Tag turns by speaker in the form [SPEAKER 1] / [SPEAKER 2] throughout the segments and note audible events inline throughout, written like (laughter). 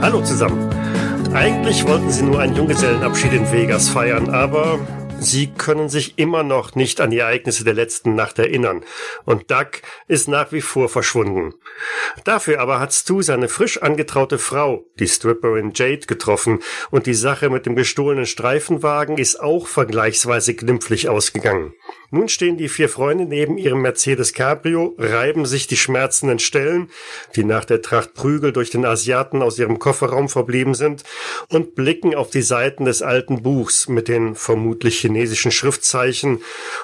[SPEAKER 1] Hallo zusammen. Eigentlich wollten sie nur einen Junggesellenabschied in Vegas feiern, aber sie können sich immer noch nicht an die Ereignisse der letzten Nacht erinnern. Und Doug ist nach wie vor verschwunden. Dafür aber hat Stu seine frisch angetraute Frau, die Stripperin Jade, getroffen und die Sache mit dem gestohlenen Streifenwagen ist auch vergleichsweise glimpflich ausgegangen. Nun stehen die vier Freunde neben ihrem Mercedes Cabrio, reiben sich die schmerzenden Stellen, die nach der Tracht Prügel durch den Asiaten aus ihrem Kofferraum verblieben sind, und blicken auf die Seiten des alten Buchs mit den vermutlich chinesischen Schriftzeichen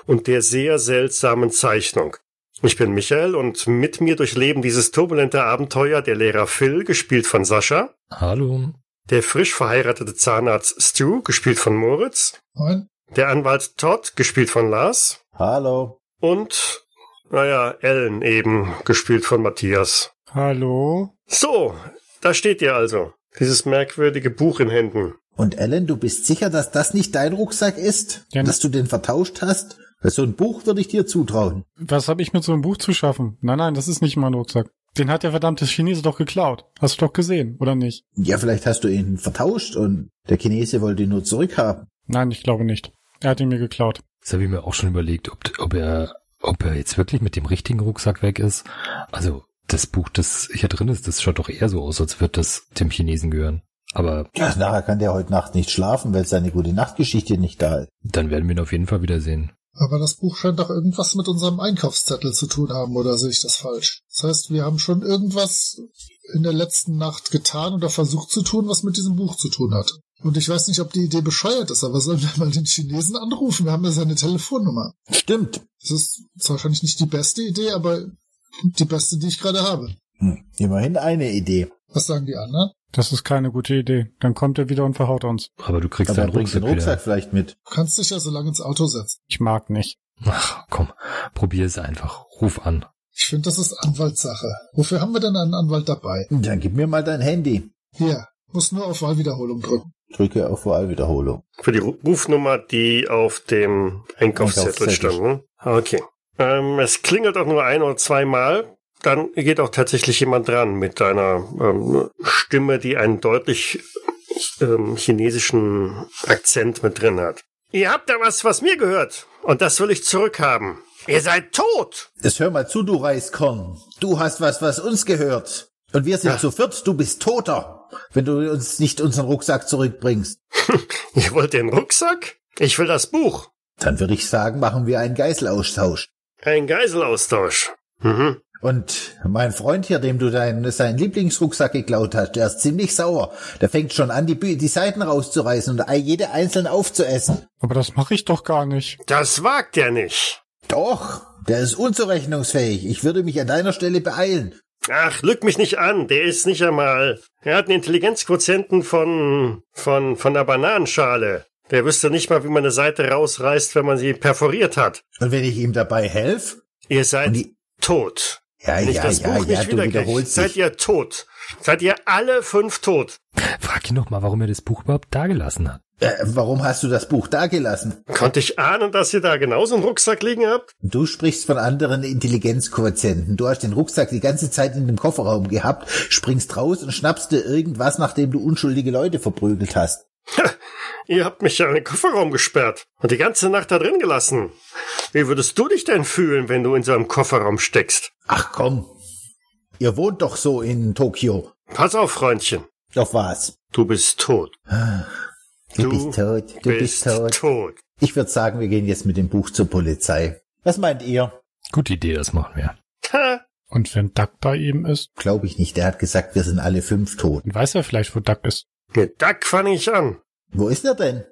[SPEAKER 1] und der sehr seltsamen Zeichnung. Ich bin Michael und mit mir durchleben dieses turbulente Abenteuer der Lehrer Phil, gespielt von Sascha,
[SPEAKER 2] Hallo.
[SPEAKER 1] der frisch verheiratete Zahnarzt Stu, gespielt von Moritz,
[SPEAKER 3] Moin.
[SPEAKER 1] der Anwalt Todd, gespielt von Lars,
[SPEAKER 4] Hallo.
[SPEAKER 1] Und, naja, Ellen eben, gespielt von Matthias.
[SPEAKER 5] Hallo?
[SPEAKER 1] So, da steht ihr also. Dieses merkwürdige Buch in Händen.
[SPEAKER 4] Und Ellen, du bist sicher, dass das nicht dein Rucksack ist?
[SPEAKER 2] Genau.
[SPEAKER 5] Ja,
[SPEAKER 4] dass du den vertauscht hast? Weil So ein Buch würde ich dir zutrauen.
[SPEAKER 5] Was habe ich mit so einem Buch zu schaffen? Nein, nein, das ist nicht mein Rucksack. Den hat der verdammte Chinese doch geklaut. Hast du doch gesehen, oder nicht?
[SPEAKER 4] Ja, vielleicht hast du ihn vertauscht und der Chinese wollte ihn nur zurückhaben.
[SPEAKER 5] Nein, ich glaube nicht. Er hat ihn mir geklaut.
[SPEAKER 2] Das habe ich mir auch schon überlegt, ob, ob er, ob er jetzt wirklich mit dem richtigen Rucksack weg ist. Also, das Buch, das hier drin ist, das schaut doch eher so aus, als würde das dem Chinesen gehören. Aber
[SPEAKER 4] Ja, nachher kann der heute Nacht nicht schlafen, weil seine gute Nachtgeschichte nicht da ist.
[SPEAKER 2] dann werden wir ihn auf jeden Fall wiedersehen.
[SPEAKER 3] Aber das Buch scheint doch irgendwas mit unserem Einkaufszettel zu tun haben, oder sehe ich das falsch? Das heißt, wir haben schon irgendwas in der letzten Nacht getan oder versucht zu tun, was mit diesem Buch zu tun hat. Und ich weiß nicht, ob die Idee bescheuert ist, aber sollen wir mal den Chinesen anrufen? Wir haben ja seine Telefonnummer.
[SPEAKER 4] Stimmt.
[SPEAKER 3] Das ist zwar wahrscheinlich nicht die beste Idee, aber die beste, die ich gerade habe.
[SPEAKER 4] Hm, immerhin eine Idee.
[SPEAKER 3] Was sagen die anderen?
[SPEAKER 5] Das ist keine gute Idee. Dann kommt er wieder und verhaut uns.
[SPEAKER 2] Aber du kriegst
[SPEAKER 4] Aber er
[SPEAKER 2] deinen
[SPEAKER 4] bringt
[SPEAKER 2] Rucksack,
[SPEAKER 4] den Rucksack
[SPEAKER 2] wieder.
[SPEAKER 4] vielleicht mit.
[SPEAKER 3] Du kannst dich ja so lange ins Auto setzen.
[SPEAKER 5] Ich mag nicht.
[SPEAKER 2] Ach, komm, probier es einfach. Ruf an.
[SPEAKER 3] Ich finde, das ist Anwaltssache. Wofür haben wir denn einen Anwalt dabei?
[SPEAKER 4] Dann gib mir mal dein Handy.
[SPEAKER 3] Hier, muss nur auf Wahlwiederholung drücken.
[SPEAKER 4] Drücke auf Wahlwiederholung.
[SPEAKER 1] Für die Ru- Rufnummer, die auf dem Einkaufszettel
[SPEAKER 4] Einkaufszettel.
[SPEAKER 1] stand. Ne? Okay. Ähm, es klingelt auch nur ein oder zweimal. Dann geht auch tatsächlich jemand dran mit einer ähm, Stimme, die einen deutlich ähm, chinesischen Akzent mit drin hat. Ihr habt da was, was mir gehört. Und das will ich zurückhaben. Ihr seid tot!
[SPEAKER 4] Es hör mal zu, du Reiskorn. Du hast was, was uns gehört. Und wir sind zu viert, du bist toter, wenn du uns nicht unseren Rucksack zurückbringst.
[SPEAKER 1] Ihr wollt den Rucksack? Ich will das Buch.
[SPEAKER 4] Dann würde ich sagen, machen wir einen Geiselaustausch.
[SPEAKER 1] Ein Geiselaustausch. Mhm.
[SPEAKER 4] Und mein Freund hier, dem du deinen, seinen Lieblingsrucksack geklaut hast, der ist ziemlich sauer. Der fängt schon an, die, Bü die Seiten rauszureißen und jede einzeln aufzuessen.
[SPEAKER 5] Aber das mache ich doch gar nicht.
[SPEAKER 1] Das wagt er nicht.
[SPEAKER 4] Doch, der ist unzurechnungsfähig. Ich würde mich an deiner Stelle beeilen.
[SPEAKER 1] Ach, lüg mich nicht an. Der ist nicht einmal. Er hat einen Intelligenzquotienten von, von, von der Bananenschale. Der wüsste nicht mal, wie man eine Seite rausreißt, wenn man sie perforiert hat.
[SPEAKER 4] Und wenn ich ihm dabei helfe?
[SPEAKER 1] Ihr
[SPEAKER 4] Und
[SPEAKER 1] seid
[SPEAKER 4] die-
[SPEAKER 1] tot.
[SPEAKER 4] Ja,
[SPEAKER 1] Wenn ich
[SPEAKER 4] ja,
[SPEAKER 1] das
[SPEAKER 4] ja,
[SPEAKER 1] Buch
[SPEAKER 4] ja,
[SPEAKER 1] nicht
[SPEAKER 4] du
[SPEAKER 1] wiederkriege,
[SPEAKER 4] wiederholst
[SPEAKER 1] seid
[SPEAKER 4] dich.
[SPEAKER 1] ihr tot. Seid ihr alle fünf tot.
[SPEAKER 2] Frag ihn doch mal, warum er das Buch überhaupt dagelassen hat.
[SPEAKER 4] Äh, warum hast du das Buch dagelassen?
[SPEAKER 1] Konnte ich ahnen, dass ihr da genauso einen Rucksack liegen habt?
[SPEAKER 4] Du sprichst von anderen Intelligenzquotienten. Du hast den Rucksack die ganze Zeit in dem Kofferraum gehabt, springst raus und schnappst dir irgendwas, nachdem du unschuldige Leute verprügelt hast.
[SPEAKER 1] Ihr habt mich ja in den Kofferraum gesperrt und die ganze Nacht da drin gelassen. Wie würdest du dich denn fühlen, wenn du in so einem Kofferraum steckst?
[SPEAKER 4] Ach komm, ihr wohnt doch so in Tokio.
[SPEAKER 1] Pass auf, Freundchen.
[SPEAKER 4] Doch was?
[SPEAKER 1] Du bist tot.
[SPEAKER 4] Du,
[SPEAKER 1] Du
[SPEAKER 4] bist tot, du bist, tot.
[SPEAKER 1] tot.
[SPEAKER 4] Ich würde sagen, wir gehen jetzt mit dem Buch zur Polizei. Was meint ihr?
[SPEAKER 2] Gute Idee, das machen wir.
[SPEAKER 1] Ha,
[SPEAKER 5] Und wenn Duck bei ihm ist,
[SPEAKER 4] Glaube ich nicht. Der hat gesagt, wir sind alle fünf tot.
[SPEAKER 5] dann weiß er vielleicht, wo Duck ist.
[SPEAKER 1] mit Duck fange ich an.
[SPEAKER 4] Wo ist er denn?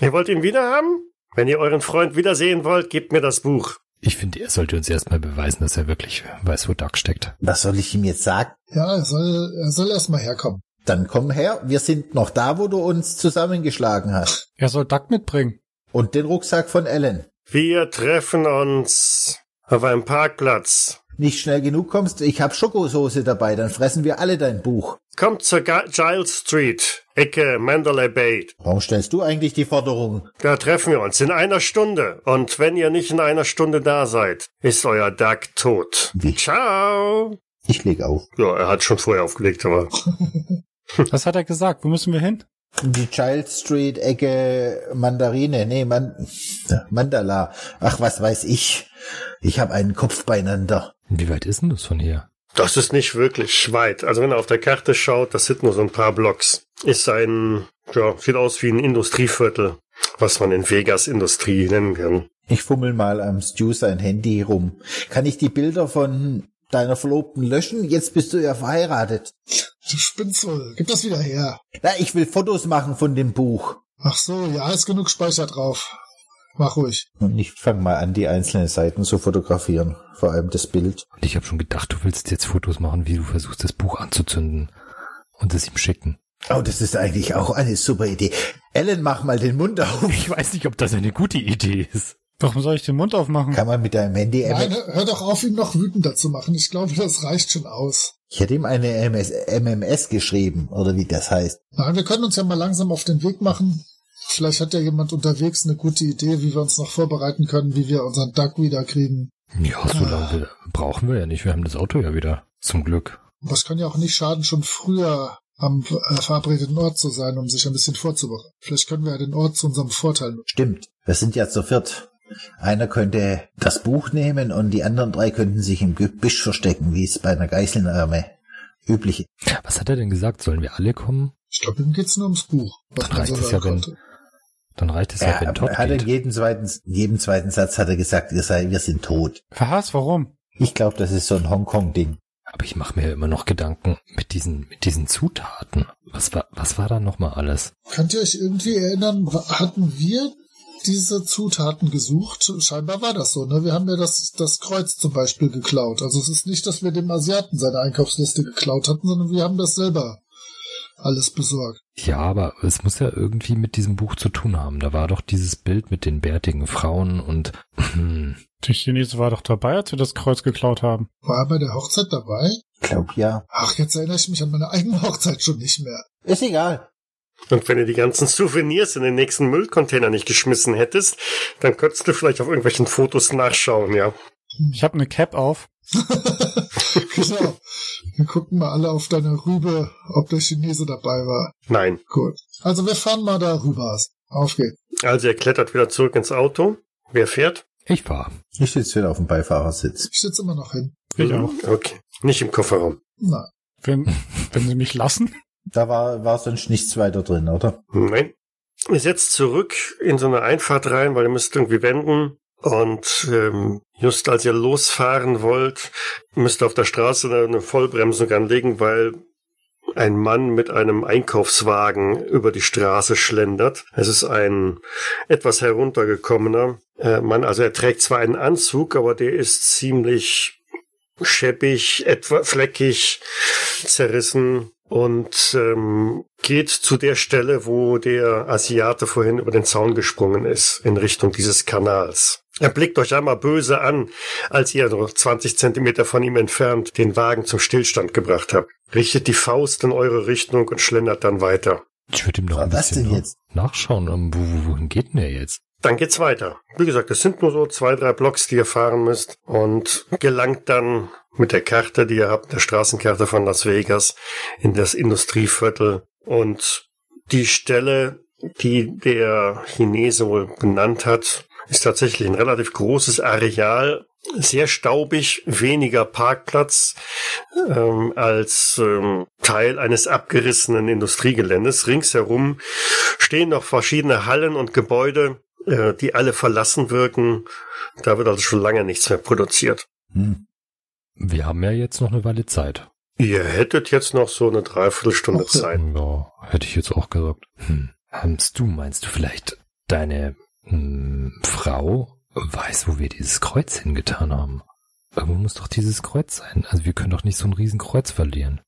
[SPEAKER 1] Ihr wollt ihn wieder haben? Wenn ihr euren Freund wiedersehen wollt, gebt mir das Buch.
[SPEAKER 2] Ich finde, er sollte uns erstmal beweisen, dass er wirklich weiß, wo Duck steckt.
[SPEAKER 4] Was soll ich ihm jetzt sagen?
[SPEAKER 3] Ja, er soll, er soll erstmal herkommen.
[SPEAKER 4] Dann komm her, wir sind noch da, wo du uns zusammengeschlagen hast.
[SPEAKER 5] Er soll Duck mitbringen.
[SPEAKER 4] Und den Rucksack von Ellen.
[SPEAKER 1] Wir treffen uns auf einem Parkplatz.
[SPEAKER 4] Nicht schnell genug kommst, ich hab Schokosoße dabei, dann fressen wir alle dein Buch.
[SPEAKER 1] Kommt zur Gi- Giles Street, Ecke Mandalay Bay.
[SPEAKER 4] Warum stellst du eigentlich die Forderung?
[SPEAKER 1] Da treffen wir uns in einer Stunde. Und wenn ihr nicht in einer Stunde da seid, ist euer Duck tot.
[SPEAKER 4] Wie?
[SPEAKER 1] Ciao.
[SPEAKER 4] Ich leg auf.
[SPEAKER 1] Ja, er hat schon vorher aufgelegt, aber.
[SPEAKER 5] Das hat er gesagt. Wo müssen wir hin?
[SPEAKER 4] Die Child Street Ecke Mandarine, nee, Man Mandala. Ach, was weiß ich. Ich habe einen Kopf beieinander.
[SPEAKER 2] Wie weit ist denn das von hier?
[SPEAKER 1] Das ist nicht wirklich weit. Also wenn er auf der Karte schaut, das sind nur so ein paar Blocks. Ist ein, ja, sieht aus wie ein Industrieviertel, was man in Vegas Industrie nennen kann.
[SPEAKER 4] Ich fummel mal am Stu sein Handy rum. Kann ich die Bilder von deiner Verlobten löschen? Jetzt bist du ja verheiratet.
[SPEAKER 3] Du spinnst wohl. Gib das wieder her.
[SPEAKER 4] Na, ich will Fotos machen von dem Buch.
[SPEAKER 3] Ach so, ja, ist genug Speicher drauf. Mach ruhig.
[SPEAKER 4] Und ich fange mal an, die einzelnen Seiten zu fotografieren. Vor allem das Bild.
[SPEAKER 2] Und ich habe schon gedacht, du willst jetzt Fotos machen, wie du versuchst, das Buch anzuzünden und es ihm schicken.
[SPEAKER 4] Oh, das ist eigentlich auch eine super Idee. Ellen, mach mal den Mund auf.
[SPEAKER 2] Ich weiß nicht, ob das eine gute Idee ist.
[SPEAKER 5] Warum soll ich den Mund aufmachen?
[SPEAKER 4] Kann man mit deinem Handy...
[SPEAKER 3] Nein,
[SPEAKER 4] MS
[SPEAKER 3] hör doch auf, ihn noch wütender zu machen. Ich glaube, das reicht schon aus.
[SPEAKER 4] ich hätte ihm eine MS MMS geschrieben, oder wie das heißt.
[SPEAKER 3] Nein, wir können uns ja mal langsam auf den Weg machen. Vielleicht hat ja jemand unterwegs eine gute Idee, wie wir uns noch vorbereiten können, wie wir unseren Duck wieder kriegen.
[SPEAKER 2] Ja, so lange wir- brauchen wir ja nicht. Wir haben das Auto ja wieder. Zum Glück.
[SPEAKER 3] Aber es kann ja auch nicht schaden, schon früher am äh, verabredeten Ort zu sein, um sich ein bisschen vorzubereiten. Vielleicht können wir ja den Ort zu unserem Vorteil nutzen.
[SPEAKER 4] Stimmt, wir sind ja zu viert. Einer könnte das Buch nehmen und die anderen drei könnten sich im Gebüsch verstecken, wie es bei einer Geiselnahme üblich ist.
[SPEAKER 2] Was hat er denn gesagt? Sollen wir alle kommen?
[SPEAKER 3] Ich glaube, ihm geht's nur ums Buch. was
[SPEAKER 2] Dann
[SPEAKER 3] man
[SPEAKER 2] reicht
[SPEAKER 3] so
[SPEAKER 2] es ja,
[SPEAKER 3] hören
[SPEAKER 2] wenn,
[SPEAKER 3] konnte.
[SPEAKER 2] dann reicht es ja,
[SPEAKER 4] Er,
[SPEAKER 2] wenn Todd
[SPEAKER 4] er hat in
[SPEAKER 2] geht.
[SPEAKER 4] jedem zweiten, jedem zweiten Satz hat er gesagt, ihr sei, wir sind tot.
[SPEAKER 5] Was? Warum?
[SPEAKER 4] Ich glaube, das ist so ein Hongkong-Ding.
[SPEAKER 2] Aber ich mache mir ja immer noch Gedanken mit diesen, mit diesen Zutaten. Was war, was war da nochmal alles?
[SPEAKER 3] Könnt ihr euch irgendwie erinnern, wa- hatten wir diese Zutaten gesucht? Scheinbar war das so, ne? Wir haben ja das, das Kreuz zum Beispiel geklaut. Also es ist nicht, dass wir dem Asiaten seine Einkaufsliste geklaut hatten, sondern wir haben das selber alles besorgt.
[SPEAKER 2] Ja, aber es muss ja irgendwie mit diesem Buch zu tun haben. Da war doch dieses Bild mit den bärtigen Frauen und, hm,
[SPEAKER 5] Der Chinese war doch dabei, als wir das Kreuz geklaut haben.
[SPEAKER 3] War er bei der Hochzeit dabei?
[SPEAKER 4] Glaub ja.
[SPEAKER 3] Ach, jetzt erinnere ich mich an meine eigene Hochzeit schon nicht mehr. (laughs)
[SPEAKER 4] Ist egal.
[SPEAKER 1] Und wenn du die ganzen Souvenirs in den nächsten Müllcontainer nicht geschmissen hättest, dann könntest du vielleicht auf irgendwelchen Fotos nachschauen, ja.
[SPEAKER 5] Ich habe eine Cap auf.
[SPEAKER 3] genau. Wir gucken mal alle auf deine Rübe, ob der Chinese dabei war.
[SPEAKER 1] Nein.
[SPEAKER 3] Gut. Also wir fahren mal da rüber. Auf geht's.
[SPEAKER 1] Also er klettert wieder zurück ins Auto. Wer fährt?
[SPEAKER 2] ich war.
[SPEAKER 4] Ich sitze wieder auf dem Beifahrersitz.
[SPEAKER 3] Ich sitze immer noch hin.
[SPEAKER 5] Ich auch.
[SPEAKER 1] Okay. Nicht im Kofferraum.
[SPEAKER 3] Nein.
[SPEAKER 5] Wenn, wenn sie mich lassen.
[SPEAKER 4] Da war, war sonst nichts weiter drin, oder?
[SPEAKER 1] Nein. Ihr setzt zurück in so eine Einfahrt rein, weil ihr müsst irgendwie wenden. Und ähm, just als ihr losfahren wollt, müsst ihr auf der Straße eine Vollbremsung anlegen, weil ein Mann mit einem Einkaufswagen über die Straße schlendert. Es ist ein etwas heruntergekommener äh, Mann. Also er trägt zwar einen Anzug, aber der ist ziemlich schäbig, etwa fleckig, zerrissen und ähm, geht zu der Stelle, wo der Asiate vorhin über den Zaun gesprungen ist, in Richtung dieses Kanals. Er blickt euch einmal böse an, als ihr nur 20 Zentimeter von ihm entfernt den Wagen zum Stillstand gebracht habt. Richtet die Faust in eure Richtung und schlendert dann weiter.
[SPEAKER 2] Ich würde ihm noch
[SPEAKER 4] Was
[SPEAKER 2] ein bisschen
[SPEAKER 4] denn
[SPEAKER 2] noch
[SPEAKER 4] jetzt?
[SPEAKER 2] nachschauen. ähm, Wo, wo, wohin geht denn der jetzt?
[SPEAKER 1] Dann geht's weiter. Wie gesagt, es sind nur so zwei, drei Blocks, die ihr fahren müsst und gelangt dann mit der Karte, die ihr habt, der Straßenkarte von Las Vegas, in das Industrieviertel und die Stelle, die der Chinese wohl benannt hat, ist tatsächlich ein relativ großes Areal, sehr staubig, weniger Parkplatz ähm, als ähm, Teil eines abgerissenen Industriegeländes. Ringsherum stehen noch verschiedene Hallen und Gebäude, äh, die alle verlassen wirken. Da wird also schon lange nichts mehr produziert.
[SPEAKER 4] Hm.
[SPEAKER 2] Wir haben ja jetzt noch eine Weile Zeit.
[SPEAKER 1] Ihr hättet jetzt noch so eine Dreiviertelstunde
[SPEAKER 3] Ach,
[SPEAKER 1] Zeit.
[SPEAKER 2] Ja, hätte ich jetzt auch gesagt. Hm. Hans, du meinst du vielleicht deine hm, Frau weiß, wo wir dieses Kreuz hingetan haben? Irgendwo muss doch dieses Kreuz sein. Also wir können doch nicht so ein Riesenkreuz verlieren.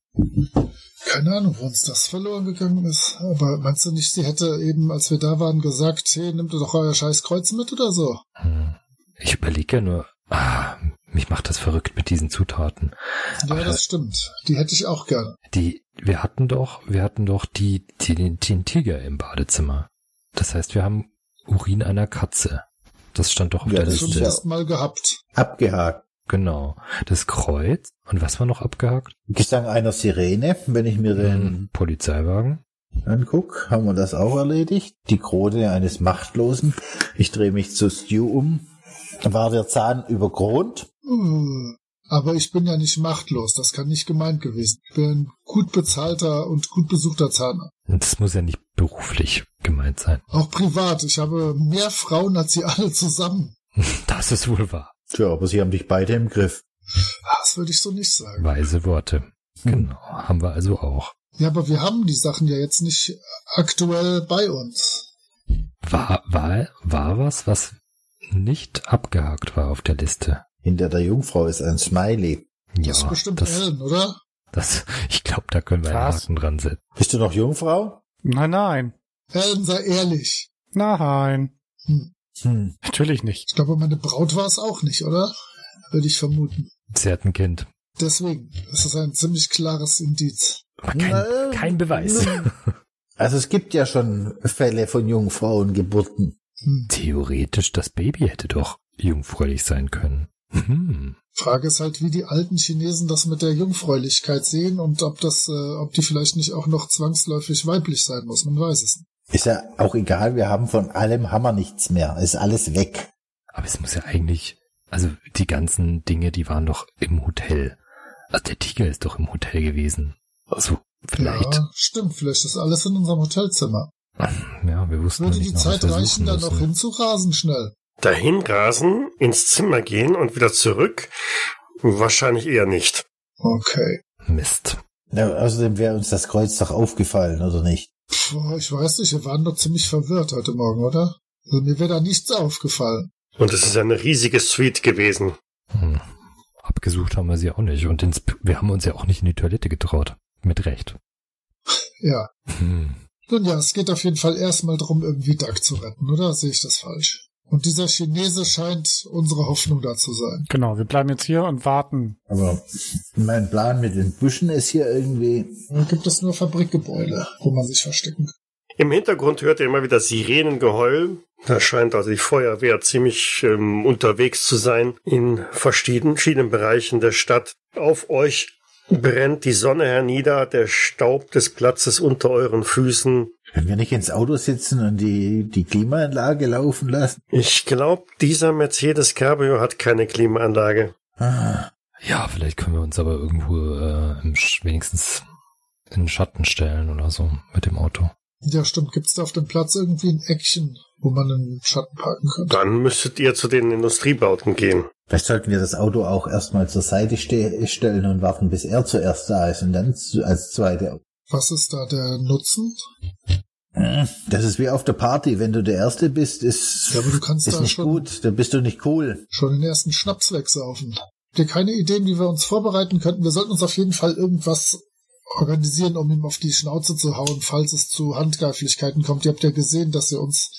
[SPEAKER 3] Keine Ahnung, wo uns das verloren gegangen ist. Aber meinst du nicht, sie hätte eben, als wir da waren, gesagt, hey, nehmt ihr doch euer scheiß Kreuz mit oder so?
[SPEAKER 2] Hm. Ich überlege ja nur, ah, mich macht das verrückt mit diesen Zutaten.
[SPEAKER 3] Ja, das stimmt. Die hätte ich auch gerne.
[SPEAKER 2] Die, wir hatten doch, wir hatten doch die, die, den, den Tiger im Badezimmer. Das heißt, wir haben Urin einer Katze. Das stand doch auf
[SPEAKER 4] Ja,
[SPEAKER 2] der
[SPEAKER 4] das
[SPEAKER 3] Schon
[SPEAKER 2] Liste.
[SPEAKER 4] ist ja-
[SPEAKER 3] erst mal gehabt.
[SPEAKER 4] Abgehakt.
[SPEAKER 2] Genau. Das Kreuz. Und was war noch abgehakt?
[SPEAKER 4] Gesang einer Sirene, wenn ich mir den
[SPEAKER 2] Ein Polizeiwagen.
[SPEAKER 4] anguck, haben wir das auch erledigt. Die Krone eines Machtlosen. Ich drehe mich zu Stu um. War der Zahn überkront?
[SPEAKER 3] Uh, Aber ich bin ja nicht machtlos. Das kann nicht gemeint gewesen. Ich bin ein gut bezahlter und gut besuchter Zahnarzt.
[SPEAKER 2] Und Das muss ja nicht beruflich gemeint sein. (laughs)
[SPEAKER 3] Auch privat. Ich habe mehr Frauen als sie alle zusammen.
[SPEAKER 2] Das ist wohl wahr.
[SPEAKER 4] Tja, aber sie haben dich beide im Griff.
[SPEAKER 3] Ah, Das würde ich so nicht sagen.
[SPEAKER 2] Weise Worte. Genau. Haben wir also auch.
[SPEAKER 3] Ja, aber wir haben die Sachen ja jetzt nicht aktuell bei uns.
[SPEAKER 2] War, war, war was, was nicht abgehakt war auf der Liste?
[SPEAKER 4] Hinter der Jungfrau ist ein Smiley.
[SPEAKER 2] Ja,
[SPEAKER 3] das ist bestimmt
[SPEAKER 2] das,
[SPEAKER 3] Ellen, oder?
[SPEAKER 2] das, ich glaube, da können wir einen
[SPEAKER 5] Was?
[SPEAKER 2] Haken dran setzen.
[SPEAKER 4] Bist du noch Jungfrau?
[SPEAKER 5] Nein, nein.
[SPEAKER 3] Ellen, sei ehrlich.
[SPEAKER 5] Nein.
[SPEAKER 3] Hm.
[SPEAKER 4] Hm.
[SPEAKER 5] Natürlich nicht.
[SPEAKER 3] Ich glaube, meine Braut war es auch nicht, oder? Würde ich vermuten.
[SPEAKER 2] Sie hat ein Kind.
[SPEAKER 3] Deswegen. Das ist ein ziemlich klares Indiz.
[SPEAKER 2] Aber kein,
[SPEAKER 4] Na,
[SPEAKER 2] kein Beweis.
[SPEAKER 4] Also es gibt ja schon Fälle von Jungfrauengeburten.
[SPEAKER 3] Hm.
[SPEAKER 2] Theoretisch, das Baby hätte doch jungfräulich sein können. Hm.
[SPEAKER 3] Frage ist halt, wie die alten Chinesen das mit der Jungfräulichkeit sehen und ob das, äh, ob die vielleicht nicht auch noch zwangsläufig weiblich sein muss. Man weiß es. nicht.
[SPEAKER 4] Ist ja auch egal, wir haben von allem Hammer nichts mehr. Ist alles weg.
[SPEAKER 2] Aber es muss ja eigentlich, also die ganzen Dinge, die waren doch im Hotel. Also der Tiger ist doch im Hotel gewesen. Also vielleicht.
[SPEAKER 3] Ja, stimmt. Vielleicht ist alles in unserem Hotelzimmer.
[SPEAKER 2] Ja, wir wussten
[SPEAKER 3] Würde
[SPEAKER 2] ja nicht
[SPEAKER 3] die
[SPEAKER 2] noch,
[SPEAKER 3] Zeit
[SPEAKER 2] was wir
[SPEAKER 3] reichen,
[SPEAKER 2] suchen
[SPEAKER 3] da
[SPEAKER 2] müssen.
[SPEAKER 3] noch hinzurasen schnell.
[SPEAKER 1] Dahin rasen, ins Zimmer gehen und wieder zurück? Wahrscheinlich eher nicht.
[SPEAKER 3] Okay.
[SPEAKER 2] Mist.
[SPEAKER 4] Na, außerdem wäre uns das Kreuz doch aufgefallen, oder nicht?
[SPEAKER 3] Puh, ich weiß nicht, wir waren doch ziemlich verwirrt heute Morgen, oder? Also mir wäre da nichts aufgefallen.
[SPEAKER 1] Und es ist eine riesige Suite gewesen.
[SPEAKER 2] Hm. Abgesucht haben wir sie auch nicht. Und ins, wir haben uns ja auch nicht in die Toilette getraut. Mit Recht.
[SPEAKER 3] Ja.
[SPEAKER 2] Hm.
[SPEAKER 3] Nun ja, es geht auf jeden Fall erstmal darum, irgendwie Duck zu retten, oder? Sehe ich das falsch? Und dieser Chinese scheint unsere Hoffnung da zu sein.
[SPEAKER 5] Genau, wir bleiben jetzt hier und warten.
[SPEAKER 4] Aber mein Plan mit den Büschen ist hier irgendwie.
[SPEAKER 3] Nun gibt es nur Fabrikgebäude, wo man sich verstecken kann.
[SPEAKER 1] Im Hintergrund hört ihr immer wieder Sirenengeheul. Da scheint also die Feuerwehr ziemlich ähm, unterwegs zu sein in verschiedenen, verschiedenen Bereichen der Stadt. Auf euch brennt die Sonne hernieder, der Staub des Platzes unter euren Füßen.
[SPEAKER 4] Wenn wir nicht ins Auto sitzen und die, die Klimaanlage laufen lassen.
[SPEAKER 1] Ich glaube, dieser Mercedes Cabrio hat keine Klimaanlage.
[SPEAKER 4] Ah,
[SPEAKER 2] Ja, vielleicht können wir uns aber irgendwo äh, im, Sch- wenigstens in den Schatten stellen oder so mit dem Auto.
[SPEAKER 3] Ja, stimmt. Gibt es da auf dem Platz irgendwie ein Eckchen, wo man einen Schatten parken könnte?
[SPEAKER 1] Dann müsstet ihr zu den Industriebauten gehen.
[SPEAKER 4] vielleicht sollten wir das Auto auch erstmal zur Seite ste stellen und warten, bis er zuerst da ist und dann zu, als zweite.
[SPEAKER 3] Was ist da der Nutzen?
[SPEAKER 4] Das ist wie auf der Party. Wenn du der Erste bist, ist,
[SPEAKER 3] Ja, aber du kannst
[SPEAKER 4] ist
[SPEAKER 3] da
[SPEAKER 4] nicht
[SPEAKER 3] schon-
[SPEAKER 4] gut. Dann bist du nicht cool.
[SPEAKER 3] Schon den ersten Schnaps wegsaufen. Habt ihr keine Ideen, wie wir uns vorbereiten könnten? Wir sollten uns auf jeden Fall irgendwas organisieren, um ihm auf die Schnauze zu hauen, falls es zu Handgreiflichkeiten kommt. Ihr habt ja gesehen, dass er uns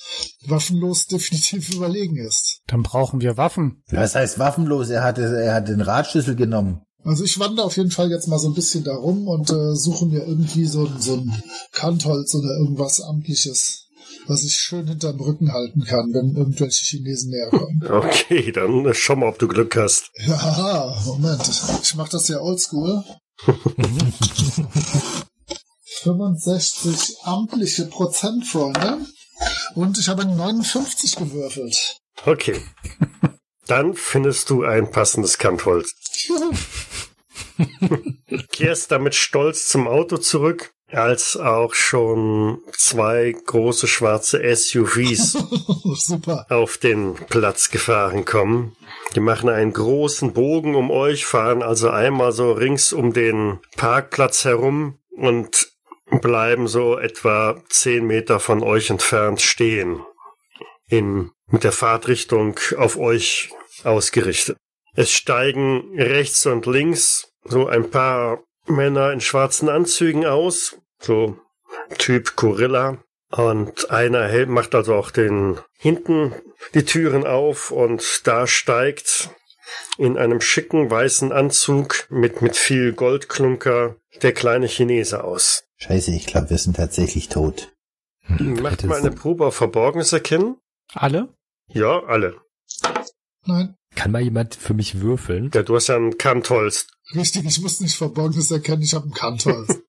[SPEAKER 3] waffenlos (laughs) definitiv überlegen ist.
[SPEAKER 5] Dann brauchen wir Waffen.
[SPEAKER 4] Was heißt waffenlos? Er hat, er hat den Radschlüssel genommen.
[SPEAKER 3] Also ich wandere auf jeden Fall jetzt mal so ein bisschen da rum und äh, suche mir irgendwie so ein, so ein Kantholz oder irgendwas Amtliches, was ich schön hinterm Rücken halten kann, wenn irgendwelche Chinesen näher kommen.
[SPEAKER 1] Okay, dann schau mal, ob du Glück hast.
[SPEAKER 3] Ja, Moment. Ich mach das ja oldschool. 65 amtliche Prozent, Freunde. Und ich habe eine 59 gewürfelt. (laughs)
[SPEAKER 1] Okay. Dann findest du ein passendes Kantholz.
[SPEAKER 3] Juhu.
[SPEAKER 1] Kehrst damit stolz zum Auto zurück, als auch schon zwei große schwarze SUVs
[SPEAKER 3] Super.
[SPEAKER 1] auf den Platz gefahren kommen. Die machen einen großen Bogen um euch, fahren also einmal so rings um den Parkplatz herum und bleiben so etwa zehn Meter von euch entfernt stehen. In, mit der Fahrtrichtung auf euch ausgerichtet. Es steigen rechts und links so ein paar Männer in schwarzen Anzügen aus, so Typ Gorilla, und einer hält, macht also auch den hinten die Türen auf und da steigt in einem schicken weißen Anzug mit, mit viel Goldklunker der kleine Chinese aus.
[SPEAKER 4] Scheiße, ich glaube, wir sind tatsächlich tot.
[SPEAKER 2] Hm,
[SPEAKER 1] Macht
[SPEAKER 2] hätte
[SPEAKER 1] mal
[SPEAKER 2] es-
[SPEAKER 1] eine Probe auf Verborgenes erkennen.
[SPEAKER 5] Alle?
[SPEAKER 1] Ja, alle.
[SPEAKER 3] Nein.
[SPEAKER 2] Kann mal jemand für mich würfeln?
[SPEAKER 1] Ja, du hast ja einen Kantholz.
[SPEAKER 3] Richtig, ich muss nicht Verborgenes erkennen, ich habe einen Kantholz.